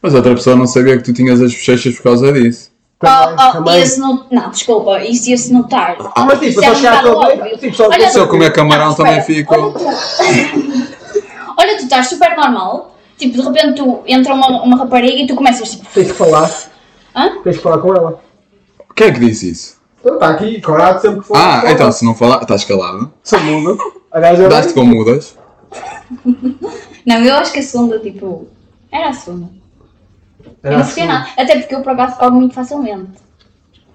[SPEAKER 2] Mas outra pessoa não sabia que tu tinhas as bochechas por causa disso.
[SPEAKER 3] Então,
[SPEAKER 6] Oh, oh,
[SPEAKER 3] Também-
[SPEAKER 6] ia-se not- Não, desculpa, isso ia-se notar.
[SPEAKER 3] é Mas tipo,
[SPEAKER 6] Isso é
[SPEAKER 3] só
[SPEAKER 6] um
[SPEAKER 3] chegar à
[SPEAKER 6] bocado
[SPEAKER 3] tua
[SPEAKER 6] óbvio.
[SPEAKER 3] beira, tipo, só
[SPEAKER 6] Olha-
[SPEAKER 2] Se eu comer camarão
[SPEAKER 6] Não,
[SPEAKER 2] também
[SPEAKER 6] espera.
[SPEAKER 2] fico.
[SPEAKER 6] Olha tu- Olha, tu estás super normal. Tipo, de repente tu entra uma, uma rapariga e tu começas tipo.
[SPEAKER 3] tens que falar.
[SPEAKER 6] Hã?
[SPEAKER 3] Tens que falar com ela.
[SPEAKER 2] Quem é que disse isso?
[SPEAKER 3] Então está aqui, corado sempre que for.
[SPEAKER 2] Ah,
[SPEAKER 3] fala.
[SPEAKER 2] então se não falar, estás calado.
[SPEAKER 3] Sou mudo. A gaja
[SPEAKER 2] Daste
[SPEAKER 3] vai-
[SPEAKER 2] com mudas.
[SPEAKER 6] Não, eu acho que a segunda, tipo. Era a segunda.
[SPEAKER 3] Era
[SPEAKER 6] eu não
[SPEAKER 3] a
[SPEAKER 6] sofria
[SPEAKER 3] segunda.
[SPEAKER 6] nada. Até porque eu por acaso falo muito facilmente.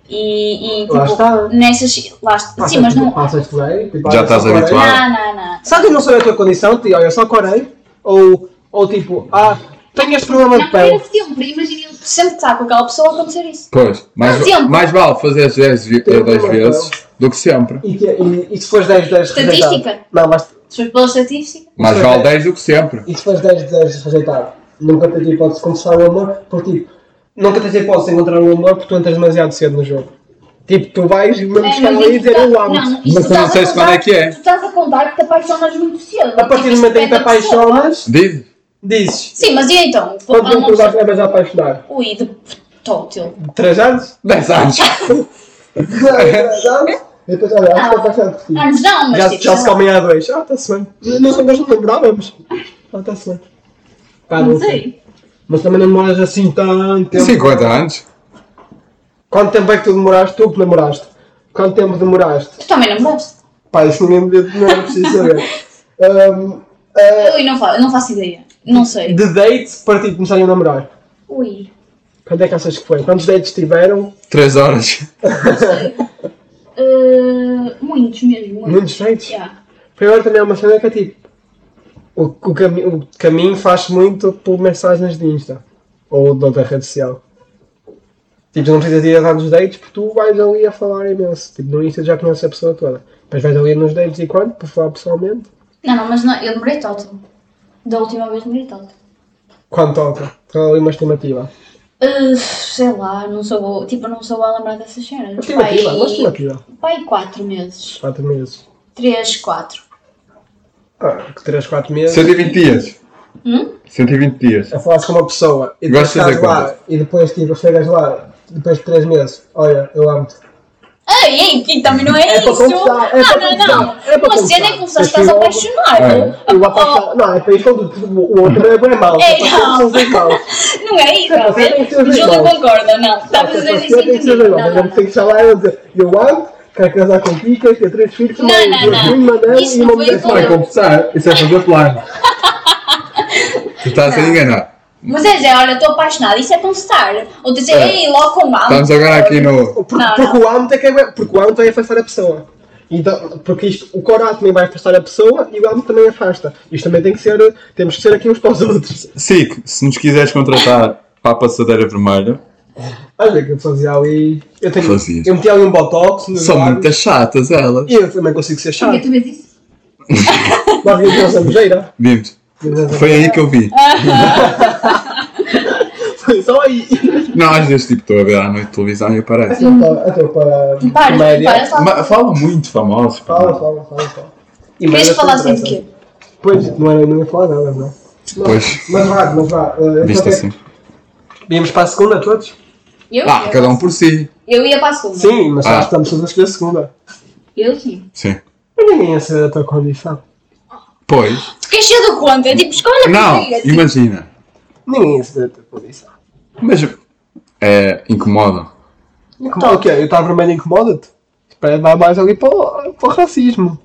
[SPEAKER 6] E, e tipo,
[SPEAKER 3] Lá está.
[SPEAKER 6] nessas. Lá está.
[SPEAKER 3] Passas-
[SPEAKER 6] sim, mas é não.
[SPEAKER 3] Passas bem. tipo,
[SPEAKER 2] Já
[SPEAKER 3] olha só
[SPEAKER 2] estás
[SPEAKER 3] para aí.
[SPEAKER 2] habituado.
[SPEAKER 6] Não, não, não.
[SPEAKER 3] Sabes que não sou eu a tua condição, tio, olha, só corei. Ou, ou tipo, ah, tenho este problema de
[SPEAKER 10] Não, era
[SPEAKER 3] pele.
[SPEAKER 6] um
[SPEAKER 10] sempre, imagina ele.
[SPEAKER 6] Sempre que está com aquela pessoa acontecer isso.
[SPEAKER 2] Pois, mais,
[SPEAKER 6] Não, sempre.
[SPEAKER 2] mais vale fazer 10
[SPEAKER 3] Tem um
[SPEAKER 2] vezes do que sempre.
[SPEAKER 3] E, que- e, e se fores 10, 10
[SPEAKER 6] Estatística.
[SPEAKER 3] rejeitado? Não, mas
[SPEAKER 6] Se fores pela estatística.
[SPEAKER 2] Mais
[SPEAKER 3] Isso é
[SPEAKER 2] vale
[SPEAKER 3] bem.
[SPEAKER 2] 10 do que sempre.
[SPEAKER 3] e se fores 10, 10 rejeitado? Nunca tens a hipótese de começar o amor, porque tipo, nunca tens a hipótese de encontrar um amor porque tu entras demasiado cedo no jogo. Tipo, tu vais mesmo
[SPEAKER 6] É,
[SPEAKER 3] chegar
[SPEAKER 6] mas
[SPEAKER 3] ali e
[SPEAKER 6] isso
[SPEAKER 3] dizer
[SPEAKER 6] tá-
[SPEAKER 3] eu amo.
[SPEAKER 6] não, isso
[SPEAKER 2] Mas eu não
[SPEAKER 6] estás
[SPEAKER 2] sei
[SPEAKER 6] a
[SPEAKER 2] se quando é que é.
[SPEAKER 5] Tu estás a
[SPEAKER 6] tá
[SPEAKER 5] contar que te apaixonas muito cedo.
[SPEAKER 3] A partir do
[SPEAKER 6] Isso
[SPEAKER 3] momento em que te
[SPEAKER 6] depende da pessoa.
[SPEAKER 3] apaixonas,
[SPEAKER 2] Diz,
[SPEAKER 3] dizes.
[SPEAKER 6] Sim, mas e então? Vou
[SPEAKER 3] Quanto
[SPEAKER 6] para
[SPEAKER 3] tempo
[SPEAKER 6] uma
[SPEAKER 3] tu vais
[SPEAKER 6] pessoa.
[SPEAKER 3] vais a apaixonar?
[SPEAKER 6] Ui, de tótil.
[SPEAKER 3] Três anos?
[SPEAKER 2] 10 anos.
[SPEAKER 3] Três anos? E depois, olha, acho que é
[SPEAKER 6] Ah,
[SPEAKER 3] apaixonado por ti.
[SPEAKER 6] Anos não, mas
[SPEAKER 3] já,
[SPEAKER 6] tipo.
[SPEAKER 3] já se
[SPEAKER 6] sei lá.
[SPEAKER 3] comem há dois. Ah, está-se bem. Não sei, nós não lembrávamos. Ah, está-se bem. Pá,
[SPEAKER 10] Não sei.
[SPEAKER 3] Mas também não demoras assim tanto tempo.
[SPEAKER 2] 50 anos.
[SPEAKER 3] Quanto tempo é que tu demoraste? Tu que namoraste. Quanto tempo demoraste?
[SPEAKER 6] Tu também não mudaste.
[SPEAKER 3] Pá, isso ninguém devia- não era preciso saber. Ahm, ah,
[SPEAKER 6] Ui, não fa- eu não faço ideia. Não sei.
[SPEAKER 3] de date para ti começarem a namorar.
[SPEAKER 6] Ui.
[SPEAKER 3] Quanto é que achas que foi? Quantos dates tiveram?
[SPEAKER 2] 3 horas.
[SPEAKER 6] Eh,
[SPEAKER 10] Ah, muitos mesmo. muitos.
[SPEAKER 3] Muitos dates?
[SPEAKER 6] Yeah.
[SPEAKER 3] Primeiro também é uma cena que é tipo. O, o, cami- o caminho faz muito por mensagens de Insta ou de outra rede social. Tipo, tu não precisas ir a dar nos dates porque tu vais ali a falar imenso. Tipo, no Insta já conheces a pessoa toda. Depois vais ali nos dates e quando? Para falar pessoalmente?
[SPEAKER 6] Não, não, mas não, eu demorei tótil. Da última vez demorei tótil.
[SPEAKER 3] Quando toca? Então ali uma estimativa.
[SPEAKER 6] Uh, sei lá, não sou. Tipo, não sou a lembrar dessas cenas.
[SPEAKER 3] Uma
[SPEAKER 6] Tipo
[SPEAKER 3] estimativa, uma estimativa.
[SPEAKER 6] Pai, quatro meses.
[SPEAKER 3] 4 meses.
[SPEAKER 6] Três, quatro.
[SPEAKER 3] Ah, 3, 4 meses.
[SPEAKER 2] 120 dias.
[SPEAKER 6] Hum?
[SPEAKER 2] 120 dias.
[SPEAKER 3] a falar com uma pessoa e depois
[SPEAKER 2] Gosto de fazer
[SPEAKER 3] chegas lá e depois tipo, chegas lá depois de 3 meses, olha, eu amo-te.
[SPEAKER 6] Ei, ei, que também não é,
[SPEAKER 3] É para
[SPEAKER 6] isso!
[SPEAKER 3] conquistar, é
[SPEAKER 6] não,
[SPEAKER 3] para
[SPEAKER 6] não,
[SPEAKER 3] conquistar,
[SPEAKER 6] não!
[SPEAKER 3] é para
[SPEAKER 6] Uma cena é que
[SPEAKER 3] conquistar.
[SPEAKER 6] começaste a
[SPEAKER 3] Mas
[SPEAKER 6] apaixonar!
[SPEAKER 2] É.
[SPEAKER 3] Eu apaixonado. Não, é para isso tudo. O outro é bem mau.
[SPEAKER 6] É,
[SPEAKER 3] É para
[SPEAKER 6] não.
[SPEAKER 3] todos os maus.
[SPEAKER 6] Não é isso,
[SPEAKER 3] É para ser
[SPEAKER 6] Alberto?
[SPEAKER 3] bem seus
[SPEAKER 6] O Júlio
[SPEAKER 3] irmãos.
[SPEAKER 6] concorda, não.
[SPEAKER 3] É
[SPEAKER 6] Estavas a
[SPEAKER 3] para
[SPEAKER 6] dizer
[SPEAKER 3] ser
[SPEAKER 6] isso
[SPEAKER 3] bem seus
[SPEAKER 6] comigo. tipo tá Não,
[SPEAKER 3] irmãos. Eu
[SPEAKER 6] não,
[SPEAKER 3] não tenho que chamar e dizer, eu amo, quero é casar contigo, quero ter três filhos,
[SPEAKER 6] Não, não,
[SPEAKER 3] uma
[SPEAKER 6] não.
[SPEAKER 3] prima, não,
[SPEAKER 6] Isso
[SPEAKER 3] e
[SPEAKER 6] não
[SPEAKER 3] uma
[SPEAKER 6] foi
[SPEAKER 3] mulher.
[SPEAKER 2] Isso não é conversar, isso é fazer plano. Tu estás a enganar.
[SPEAKER 6] Mas é dizer, olha, estou apaixonada, isso é conquistar. Ou dizer,
[SPEAKER 2] É.
[SPEAKER 6] ei, logo com mal.
[SPEAKER 2] Estamos agora aqui no.
[SPEAKER 3] Porque,
[SPEAKER 6] Não,
[SPEAKER 3] porque o amo tem que aguentar- porque o amo vai afastar a pessoa. Então, porque isto, o coral também vai afastar a pessoa e o amo também afasta. Isto também tem que ser, temos que ser aqui uns para os outros.
[SPEAKER 2] Sico, se nos quiseres contratar para a passadeira vermelha,
[SPEAKER 3] Olha que eu fazia ali. Eu, tenho,
[SPEAKER 2] Fazias.
[SPEAKER 3] eu meti ali um botox nos
[SPEAKER 2] são
[SPEAKER 3] lábios.
[SPEAKER 2] muitas chatas elas.
[SPEAKER 3] E eu também consigo ser
[SPEAKER 10] Como é
[SPEAKER 3] chato.
[SPEAKER 10] que tu vês isso?
[SPEAKER 3] Nós vimos a zambujeira.
[SPEAKER 2] Vimos. Foi aí que eu vi.
[SPEAKER 3] Foi só aí.
[SPEAKER 2] Não, às vezes tipo, estou a ver à noite televisão e aparece.
[SPEAKER 3] Até Então, para
[SPEAKER 6] Hum. Para,
[SPEAKER 3] comédia.
[SPEAKER 6] para, só.
[SPEAKER 2] Ma- Falam muito famosos. pá.
[SPEAKER 3] Fala, fala, fala, fala. E
[SPEAKER 6] Querias
[SPEAKER 3] merda
[SPEAKER 2] tá
[SPEAKER 6] falar
[SPEAKER 3] sem
[SPEAKER 6] assim de
[SPEAKER 3] graça.
[SPEAKER 6] quê?
[SPEAKER 3] Pois, não era, não ia falar nada, não. é?
[SPEAKER 2] Pois,
[SPEAKER 3] Mas vá, mas vá. eh,
[SPEAKER 2] visto
[SPEAKER 3] então,
[SPEAKER 2] assim.
[SPEAKER 3] Vimos para a segunda todos?
[SPEAKER 6] Eu?
[SPEAKER 2] Ah,
[SPEAKER 6] ia
[SPEAKER 2] cada um
[SPEAKER 6] para-
[SPEAKER 2] por si.
[SPEAKER 6] Eu ia para a segunda.
[SPEAKER 3] Sim, mas
[SPEAKER 2] Ah.
[SPEAKER 3] nós estamos todos a escolher a segunda.
[SPEAKER 10] Eu sim.
[SPEAKER 2] Sim.
[SPEAKER 3] Mas ninguém ia saber a tua condição.
[SPEAKER 2] Pois.
[SPEAKER 6] Tu queres ser do conto, é assim. tipo, escolha
[SPEAKER 2] Não,
[SPEAKER 6] que diga.
[SPEAKER 2] imagina.
[SPEAKER 3] Ninguém ia saber a tua condição.
[SPEAKER 2] Mas é, incomoda.
[SPEAKER 6] Então.
[SPEAKER 3] Incomoda o quê? Eu estava vermelho incomoda-te? Espera, vai mais ali para o, para o racismo. Então,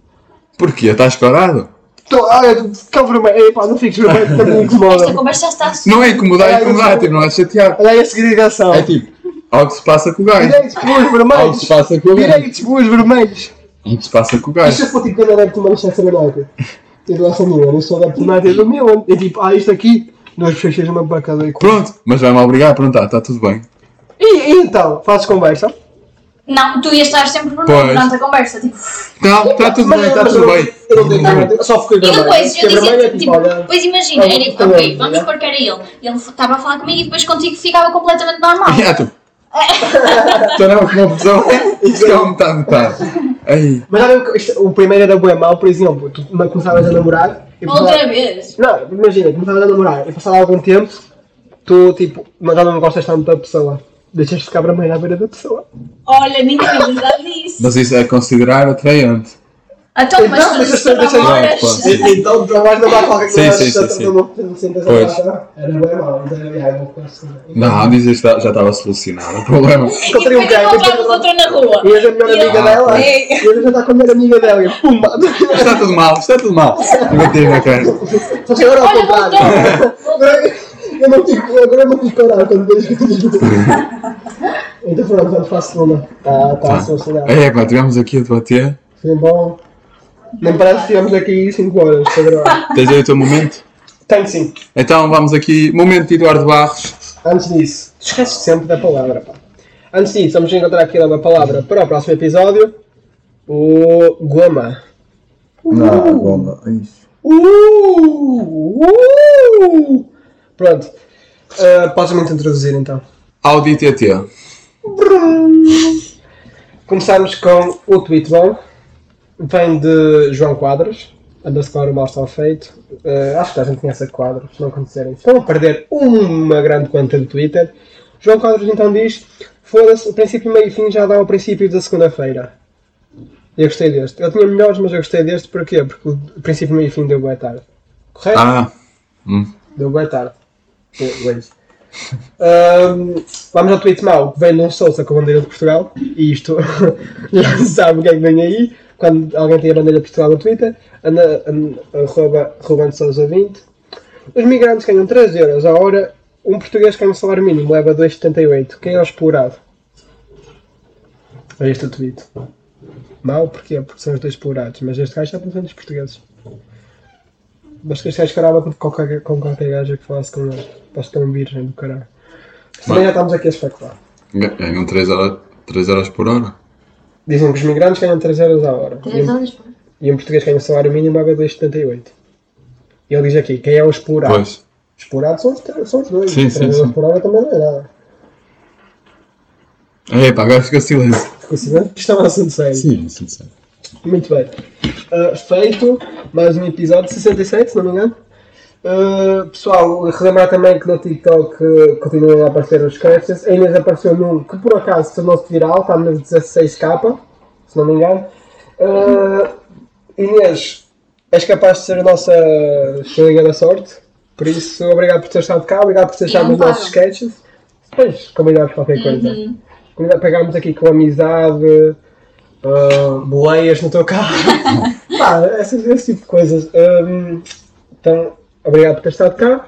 [SPEAKER 2] Porquê? Estás corado?
[SPEAKER 3] Tô, olha, fica vermelho. Epá, não fiques vermelho, também
[SPEAKER 6] Esta
[SPEAKER 3] incomoda.
[SPEAKER 6] conversa já está a subir.
[SPEAKER 2] Não é incomodar, é incomodar, tipo, não é chatear.
[SPEAKER 3] Olha aí a segregação.
[SPEAKER 2] É tipo, algo se passa com o gajo.
[SPEAKER 3] Direitos, boas,
[SPEAKER 2] Algo
[SPEAKER 3] vermelhos.
[SPEAKER 2] se passa com o gajo.
[SPEAKER 3] Direitos, boas, vermelhos.
[SPEAKER 2] Algo se passa com o
[SPEAKER 3] Isto
[SPEAKER 2] gajo.
[SPEAKER 3] eu for tipo quando adepto do Manchester United. E do Aston Villa, eu sou adepto do United do Milan. É tipo, ah, isto aqui, nós fechamos uma bacana aí.
[SPEAKER 2] Pronto, mas vai-me obrigar a perguntar, está tudo bem.
[SPEAKER 3] E, e então, fazes conversa?
[SPEAKER 6] Não, tu ias estar sempre por
[SPEAKER 2] Pois.
[SPEAKER 6] mim durante a conversa. Tipo,
[SPEAKER 2] Não, está Tá tudo bem, está
[SPEAKER 3] mas eu
[SPEAKER 2] tudo
[SPEAKER 3] não-
[SPEAKER 2] bem.
[SPEAKER 3] Eu não tenho nada, eu só fiquei
[SPEAKER 6] E
[SPEAKER 3] vermelho.
[SPEAKER 6] depois Então, eu
[SPEAKER 3] Fiquei vermelho, é tipo,
[SPEAKER 6] dizia, tipo,
[SPEAKER 3] olha,
[SPEAKER 6] pois imagina,
[SPEAKER 3] olha,
[SPEAKER 6] era,
[SPEAKER 3] olha,
[SPEAKER 6] ok, vamos
[SPEAKER 3] olha.
[SPEAKER 6] pôr que era ele. Ele estava a falar comigo e depois contigo ficava completamente normal.
[SPEAKER 2] E há tu. Estou numa Então é confusão. Isso é um metade, metade. Aí,
[SPEAKER 3] Mas já viu que isto- o primeiro era bué mau, por exemplo, tu ma- começavas a namorar e
[SPEAKER 6] Outra vez.
[SPEAKER 3] Não, imagina, começavas a namorar e passava algum tempo, tu tipo, mas já não gostas tanto da pessoa. Deixas de ficar vermelho à beira da pessoa.
[SPEAKER 6] Olha, ninguém me diz nada disso.
[SPEAKER 2] mas isso é considerar atraente.
[SPEAKER 6] Então, mas
[SPEAKER 3] Então,
[SPEAKER 6] tu
[SPEAKER 3] mas
[SPEAKER 6] dizes
[SPEAKER 3] eu
[SPEAKER 6] que
[SPEAKER 3] sei,
[SPEAKER 6] namoras.
[SPEAKER 2] deixa
[SPEAKER 3] E- Então, para mais não dá qualquer
[SPEAKER 2] Sim,
[SPEAKER 3] coisa.
[SPEAKER 2] sim,
[SPEAKER 3] só
[SPEAKER 2] sim,
[SPEAKER 3] que
[SPEAKER 2] sim.
[SPEAKER 3] eu não tenho certeza
[SPEAKER 2] Pois.
[SPEAKER 3] de nada. Era bem mal, não era bem mal, não posso dizer.
[SPEAKER 2] Não, diz isto, já estava solucionado o problema.
[SPEAKER 6] E
[SPEAKER 3] Encontrei um
[SPEAKER 6] depois
[SPEAKER 3] gajo.
[SPEAKER 6] encontramos outra na rua.
[SPEAKER 3] E a melhor
[SPEAKER 6] E eu-
[SPEAKER 3] amiga dela.
[SPEAKER 6] Ei.
[SPEAKER 3] E eu já está com a melhor amiga dela. e eu, Pumba!
[SPEAKER 2] Está tudo mal, está tudo mal. Eu bati na cara.
[SPEAKER 3] Só que agora ao
[SPEAKER 6] Olha,
[SPEAKER 3] contrário. Agora é- Eu não fico, agora eu não fico coragem quando vejo que eu digo. Então pronto, eu faço uma. Tá, tá,
[SPEAKER 2] Tá.
[SPEAKER 3] solucionado.
[SPEAKER 2] É, pá, tivemos aqui a debater.
[SPEAKER 3] Foi bom. Não parece que estivemos aqui 5 horas para gravar.
[SPEAKER 2] Tens aí o teu momento?
[SPEAKER 3] Tenho sim.
[SPEAKER 2] Então vamos aqui, momento de Eduardo Barros.
[SPEAKER 3] Antes disso, te esqueces sempre da palavra, pá. Antes disso, vamos encontrar aqui uma palavra para o próximo episódio. O Goma.
[SPEAKER 4] é
[SPEAKER 11] Ah, bomba. Ixi.
[SPEAKER 3] Uh, uh. Pronto. Ah, Podes-me introduzir então.
[SPEAKER 2] Audi TT.
[SPEAKER 3] Começamos com o tweet bom. Vem de João Quadros. Underscore o mal está feito. Ah, acho que a gente conhece a Quadros, se não conhecerem. Estão a perder uma grande conta de Twitter. João Quadros então diz: Foda-se, o princípio, meio e fim já dá ao princípio da segunda-feira. Eu gostei deste. Eu tinha melhores, mas eu gostei deste porquê? Porque o princípio, meio e fim deu boa tarde. Correto?
[SPEAKER 2] Ah,
[SPEAKER 3] Deu boa tarde. Eu- eu isso. Ahm, vamos ao tweet mau, que vem de um Sousa com a bandeira de Portugal. E isto já se sabe o que é que vem aí. Quando alguém tem a bandeira de Portugal no Twitter, anda, an- arroba Ruben Sousa 20. Os migrantes ganham 3 euros a hora. Um português ganha um salário mínimo, leva 2,78. Quem é o explorado? É este o tweet. Mau, porquê? Porque são os dois explorados. Mas este gajo está pensando nos portugueses. Mas que este gajo carava com qualquer, com qualquer gajo é que falasse com ele. Posso ter um virgem do caralho. Também já estamos aqui a especular.
[SPEAKER 2] ganham 3 horas, três horas por hora.
[SPEAKER 3] Dizem que os migrantes ganham 3 euros a hora. E
[SPEAKER 10] Três
[SPEAKER 3] um,
[SPEAKER 10] horas, pá.
[SPEAKER 3] e um português ganha um salário mínimo a 2,78. E ele diz aqui, quem é o
[SPEAKER 4] Tá.
[SPEAKER 3] explorado?
[SPEAKER 2] Pois.
[SPEAKER 3] Explorado são os, tre- são os dois.
[SPEAKER 2] Sim,
[SPEAKER 3] Três
[SPEAKER 2] sim,
[SPEAKER 3] euros
[SPEAKER 2] sim.
[SPEAKER 3] por hora também não é nada.
[SPEAKER 2] É, pá, agora fica silêncio.
[SPEAKER 3] Ficou sabendo que isto é um assunto sério.
[SPEAKER 4] Sim, sim, sim.
[SPEAKER 3] Muito bem. Ah, feito mais um episódio 67, se não me engano. Ah, pessoal, relembrar também que no TikTok ah, continuam a aparecer os creches. A Inês apareceu num que por acaso tornou-se viral, está nos 16k, se não me engano. Ah, Inês, és capaz de ser a nossa colega da sorte. Por isso, obrigado por ter estado cá, obrigado por ter estado
[SPEAKER 10] Não,
[SPEAKER 3] nos
[SPEAKER 10] claro. Uhum.
[SPEAKER 3] nossos sketches. Depois combinamos qualquer coisa. Combinamos- Pegámos aqui com amizade, ah, boleias no teu carro. Pá, essas, esse tipo de coisas. Ahm, então, obrigado por ter estado cá.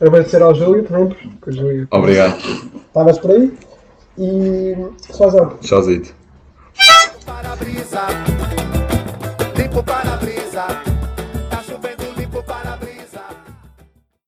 [SPEAKER 3] Agradecer ao Júlio, pronto, que o Júlio
[SPEAKER 2] Obrigado.
[SPEAKER 3] estavas por aí. E. Sozão.
[SPEAKER 2] Tchauzito.
[SPEAKER 1] para brisa, Tá limpo para brisa.